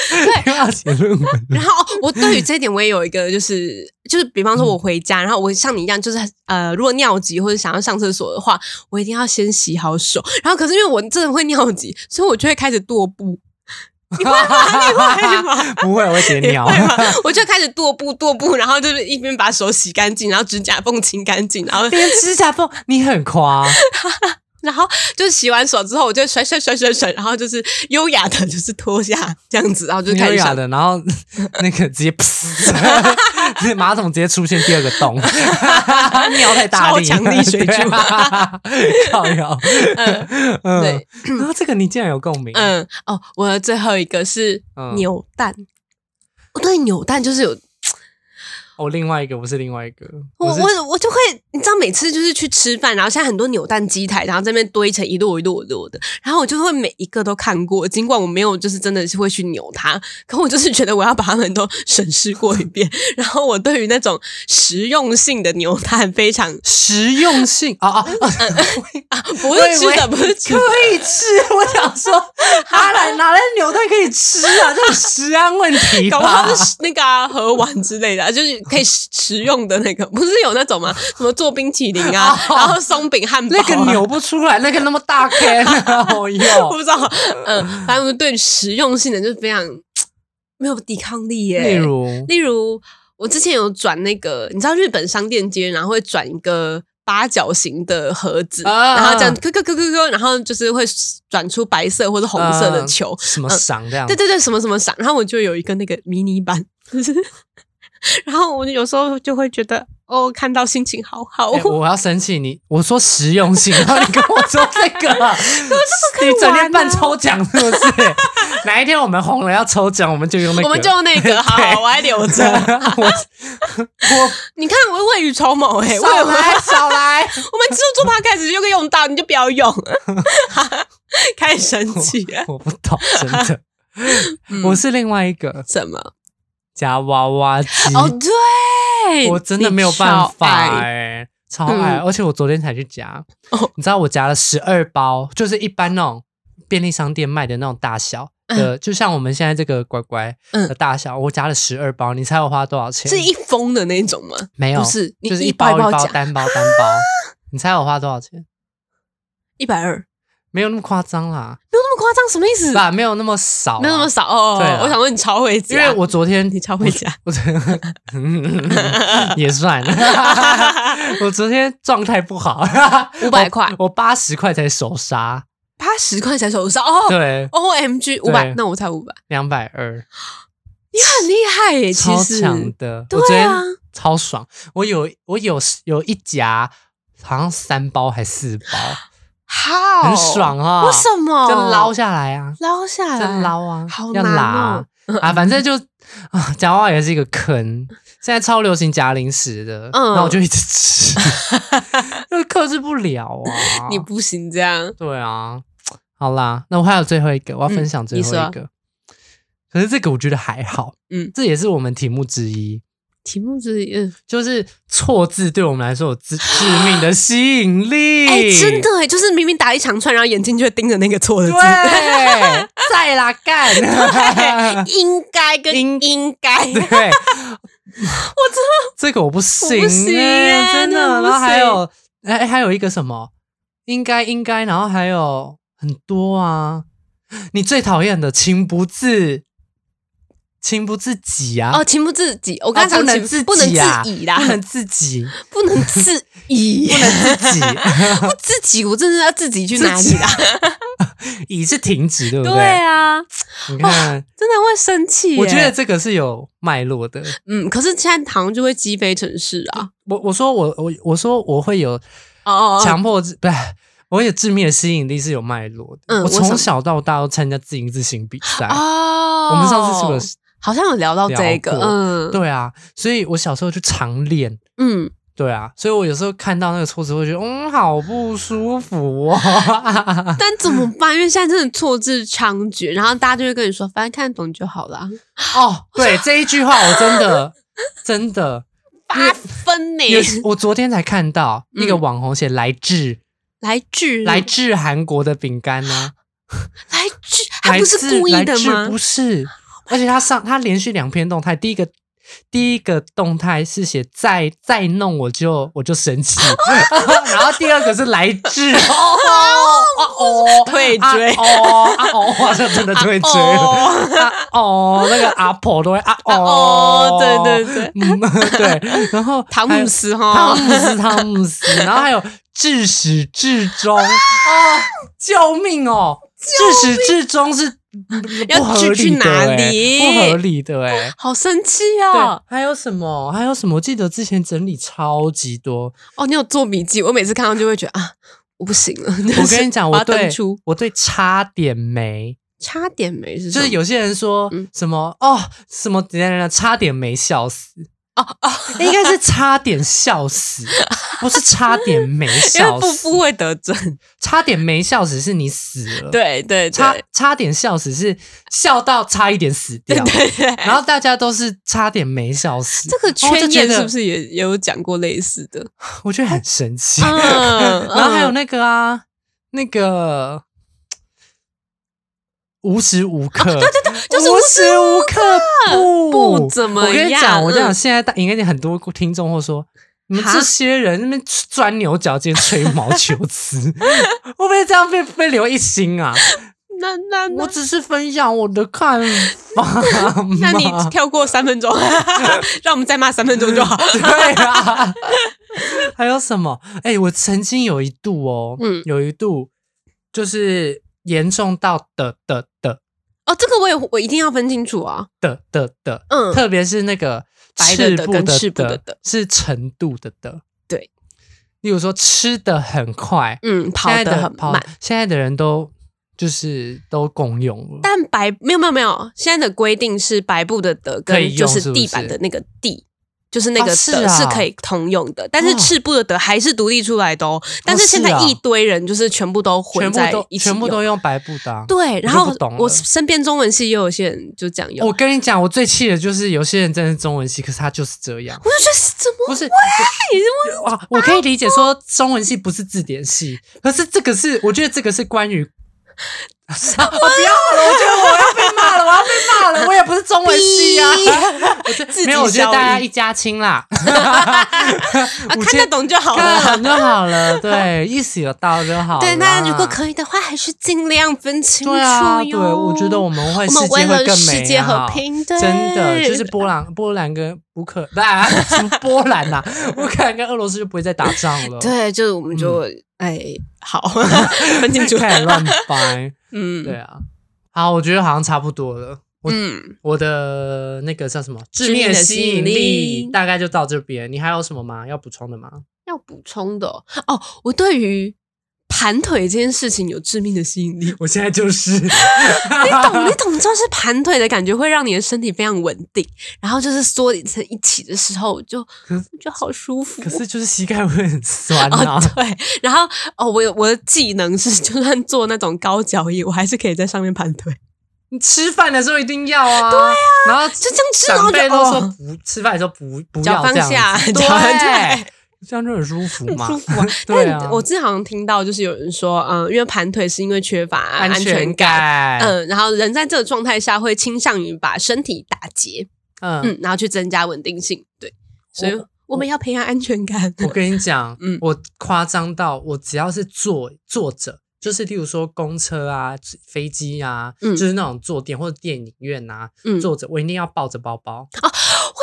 对，你要写论文了， 然后哦我对于这一点我也有一个，就是就是，比方说我回家，然后我像你一样，就是呃，如果尿急或者想要上厕所的话，我一定要先洗好手。然后可是因为我真的会尿急，所以我就会开始踱步。 你会吗？ 你会吗？ 不会，我会写你鸟。会 吗？我就开始踱步踱步，然后就是一边把手洗干净，然后指甲缝清干净，然后连指甲缝，你很夸，然后就是洗完手之后，我就甩甩甩甩甩，然后就是优雅的，就是脱下这样子，然后 就你开优始雅上的，然后 那个直接噗， 马桶直接出现第二个洞，尿太大力，超强力水柱对啊， 靠腰，嗯嗯，对，然后这个你竟然有共鸣，嗯，哦，我的最后一个是嗯扭蛋。我对扭蛋就是有，我哦另外一个不是另外一个，我是我我就会，你知道，每次就是去吃饭，然后现在很多扭蛋机台，然后这边堆成一摞一摞一摞的，然后我就会每一个都看过，尽管我没有就是真的是会去扭它，可我就是觉得我要把它们都审视过一遍。 然后我对于那种实用性的扭蛋非常 实用性啊啊， 啊啊，不是吃的，不是吃可的，以吃。 我想说，阿兰哪来扭蛋可以吃啊？这是食安问题搞不好吧？ 是那个啊盒碗之类的啊、就是可以食食用的那个，不是有那种吗？什么做冰淇淋啊，哦然后松饼汉堡、啊那个，扭不出来，那个那么 大坑啊，我 我要不。知道，嗯，反正我对实用性的就是非常没有抵抗力耶。例，如，例如我之前有转那个，你知道日本商店街，然后会转一个。八角形的盒子，啊然后这样，咯咯咯咯咯，然后就是会转出白色或者红色的嗯球，什么赏这样对，对对，什么什么赏，然后我就有一个那个迷你版， 就是，然后我有时候就会觉得，哦，看到心情好好，哦哎 我要生气你！我说实用性，然后你跟我说 这个啊，可以你整玩天办啊抽奖是 不是？哪一天我们红了要抽奖，我们就用那个。我们就 用那个，好好，我还留着。我我你看我未雨绸缪哎、欸，我少啊我来少来，们制作 p 开始就可以用到，你就不要 用， 开始生气了。我不懂，真的。嗯 我是另外一个什么？夹娃娃机，哦，对，我真的你没有办超法爱哎、超爱！嗯而且我昨天才去夹，哦你知道我夹了十二包，就是一般那种便利商店卖的那种大小的，就像我们现在这个乖乖嗯的大小，我夹了十二包，你猜我花多少钱？是一封的那种吗？没有，不是你就是一一包包一包夹单包单 包，你猜我花多少钱？一百二，没没有那么夸张啦，有那么夸张，什么意思？吧？没有那么少、嗯没有那么。少哦。对啊我想问你超会讲，因为我昨天你超会讲。我 也算， 我昨天状态不好， 500块我八十块才手杀，八十块才手上哦对， ，O M G 五百，那我才五百，两百二，你很厉害耶，其超实强的，对啊我昨天超爽，我有我有有一夹，好像三包还四包，好很爽啊，哦为什么？就捞下来啊，捞下就来，捞啊，哎好要难拉哦啊 啊，反正就啊，夹娃娃也是一个坑。现在超流行夹零食的，嗯然后我就一直吃， 因为克制不了啊。 你不行这样，对啊，好啦，那我还有最后一个，我要分享最后嗯你说一个。可是这个我觉得还好，嗯嗯，这也是我们题目之一，题目就是嗯，就是错字对我们来说有致致命的吸引力。哎，真的哎，就是明明打一长串，然后眼睛就会盯着那个错 的字对，在啦 干， 应该跟应应该，对，我真的这个我不行、欸，我不行欸真的。真的不行然后还有，哎、还有一个什么，应该应该，然后还有很多啊，你最讨厌的情不自情不自己啊！ 哦，情不自己，我刚才哦不讲能情自己不能啊自已啦，不能自己，不能自 已不，能自己，不自己，我真的要自己去哪里啦？以是停止，对不对？对啊，你看，真的会生气耶。我觉得这个是有脉络的。嗯，可是现在好像就会击飞城市啊。我我说我我我说我会有哦哦，哦强迫自不是。我有致命的吸引力是有脉络的。嗯我我从想小到大都参加自营自行比赛。哦，我们上次是不是？好像有聊到这个聊？过嗯，对啊，所以我小时候就常练。嗯，对啊，所以我有时候看到那个措辞，会觉得嗯，好不舒服 哦。但 怎么办？因为现在真的错字猖獗，然后大家就会跟你说，反正看得懂就好啦。哦， 对这一句话，我真 的真的，八分呢、有我昨天才看到一个嗯网红写来自来句来自韩国的饼干呢，来句，他来不是自故意来的自吗不？是，而且他上他连续两篇动态，第一个。第一个动态是写再再弄我就我就生 气，然后第二个是来自哦哦哦退追啊哦啊哦， 哇这真的退追了。哦，啊哦，那个阿婆都会啊啊哦哦，对对对，嗯 对，然后 汤还有姆斯哈汤，姆斯汤姆斯，然后还有至始至终啊哦，救命哦！至始至终是要不合去去理的哪欸里不合理的哎。好生气对啊！，还有什么？还有什么？我记得之前整理超级多，哦，你有做笔记，我每次看到就会觉得啊，我不行了。我跟你讲，我登对出我对差点没，差点没是什就么，是有些人说嗯什么、哦，什么等一下等一下差点没笑死哦哦，应该是差点笑死，不是差点没 因为笑不死，不会得症，差点没笑死是你死了，，对对差对差点笑死是笑到差一点死 掉， 对对。然后大家都是差点没笑死，哦这个然后我就圈觉验得是不是也也有讲过类似 的？我觉得很神奇，嗯，然后还有嗯那个啊，那个无时无刻，哦对对对，就是无无时无刻不不怎么我跟你样讲，我跟你讲，嗯现在大应该有很多听众会说。你们哈这些人那边钻牛角尖、吹毛求疵， 会不会这样被被留一星啊？那那我那只是分享我的看法嘛。 那你跳过三 分钟，让我们再骂三分钟就好。 对啊，还有什么？哎、我曾经有一度哦，嗯有一度就是严重到的的的 哦，这个我也我一定要分清楚啊。的的的，嗯特别是那个白的赤的部跟的赤部的的是程度的的，对。例如说吃的很快，嗯，跑现在得的很跑慢。，现在的人都就是都共用了，但白没有没有没有，现在的规定是白布的的可以用跟就是是不地是板的那个地，就是那个啊是的啊是可以通用的，但是哦赤布的的还是独立出来的哦。但是是现在啊一堆人就是全部都全混部在都一起全部都用用白布的啊、对，然就后不懂我了身边中文系也有些人就这样用，我跟你讲，我最气的就是有些人真的是中文系，可是他就是这样。我就觉得是怎么不是我哇，我可以理解说中文系不是字典系，可是这个是我觉得这个是关于。 啊、我不要了，我觉得我要被骂了，我要被骂 了，我也不是中文系啊。我觉自己得没有，我觉得大消家音一家亲啦，啊五看得千懂就 好了。看得懂就好了，对，意思有到就好啦。对，那如果可以的话，还是尽量分清楚对哟。啊，对，我觉得我们会我世们为界了会更美啊世界和好平，对真的就是波兰、波兰跟乌克 兰，什么波兰呐、 乌克兰跟俄罗斯就不会再打仗了。对，就是我们就哎 好分清楚，开始乱掰。 嗯，对啊，好，我觉得好像差不多了。我、嗯，我的那个叫什么致致命命的的吸吸引引力力大概就到这边。你还有什么吗？要补充的吗？。要补充的哦，哦我对于盘腿这件事情有致命的吸引力我现在就是，你懂，你 懂，就是盘腿的感觉会让你的身体非常稳定，然后就是缩成一起的时候，就可是我觉得好舒 服。可是就是膝盖会很酸啊哦，。 对，然后哦，我有我的技能是，就算做那种高脚椅，我还是可以在上面盘腿。你吃饭的时候一定要啊。对啊，然后就这样吃，然长后辈就都说哦，不吃饭的时候不不脚要放这样下子，脚对对，这样就很舒服很嘛。舒服啊。 对但啊，我之前好像听到，就是有人说，嗯，因为盘腿是因为缺乏安安全感，感。嗯，然后人在这个状态下会倾向于把身体打结，嗯嗯，然后去增加稳定性。对，所以我我们要培养安全感。我跟你讲，嗯我夸张到我只要是坐坐着，就是例如说公车啊、飞机啊，嗯就是那种坐垫或者电影院啊，嗯坐着我一定要抱着包包。我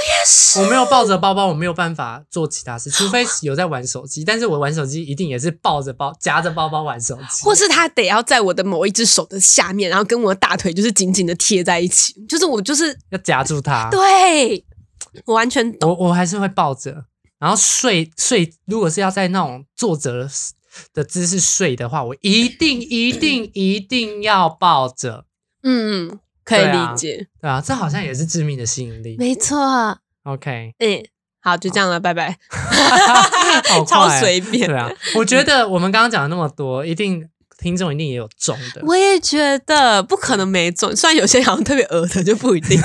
也是，我没有抱着包包，我没有办法做其 他事，除非有在玩手机。但是我玩手机一定也是抱着包、夹着包包玩手机，或是他得要在我的某一只手的下面，然后跟我的大腿就是紧紧的贴在一起，就是我就是要夹住它。对我完全懂，我我还是会抱着，然后睡睡，如果是要在那种坐着的姿势睡的话，我一定一定一定要抱着，嗯，可以对啊理解，对啊，这好像也是致命的吸引力。没错， OK，嗯，好，就这样了，拜拜，啊好超快随便，对啊， 我觉得我们刚刚讲了那么多，一定听众一定也有中的。我也觉得不可能没中，虽然有些好像特别恶的就 不一定，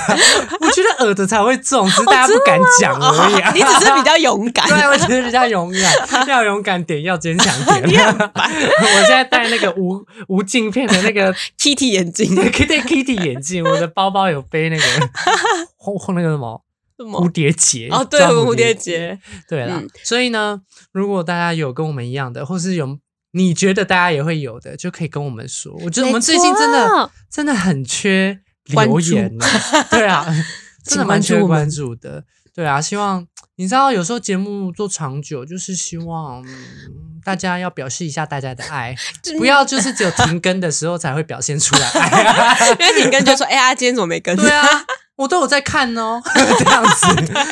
我觉得耳的才会中，只是大家哦不敢讲而已、啊你只是比较勇敢。对，我觉得比较勇敢，要勇敢点，要坚强 点。 我现在戴那个无无镜片的那个 Kitty 眼睛 Kitty Kitty 眼镜，我的包包有背 那个后后那个什么什蝴么？蝶结哦，对，装蝴蝶。结，对啦，嗯所以呢，如果大家有跟我们一样的，或是有你觉得大家也会有的，就可以跟我们说。我觉得我们最近真没的错真的很缺关留注言呢，对 啊，真的蛮缺关注的。对啊，希望你知道，有时候节目做长久，就是希望、嗯大家要表示一下大家的 爱，不要就是只有停更的时候才会表现出来爱。因为你跟就说，哎呀，今天怎么没跟？对啊，我都有在看哦， 这样子啊，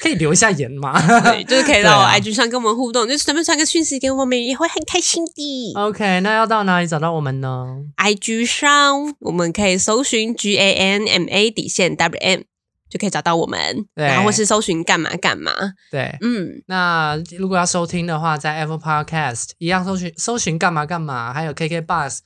可以留一下言 吗？对，就是可以到对啊 IG 上跟我们互动，就是随便传个讯息给我们，也会很开心的。 OK，那要到哪里找到我们呢？ IG 上我们可以搜寻 G A N M A 底线 W M，就可以找到我们，对然后或是搜寻干嘛干嘛，对，嗯，那如果要收听的话，在 Apple Podcast 一样搜寻搜寻干嘛干嘛，还有 KK Bus。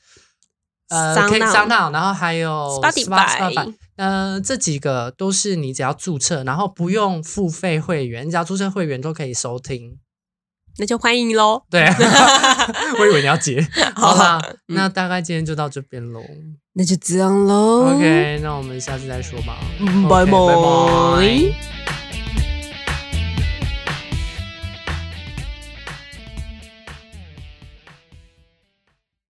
呃 Sound ，K On 商道，然后还有 Spotify Spotify 呃，这几个都是你只要注册，然后不用付费会员，你只要注册会员都可以收听。那就欢 迎喽。对， 我以为你要接， 好啊啦，嗯那大概今天就到这边喽。那就这样喽 OK，那我们下次再说吧。嗯 OK，拜拜拜拜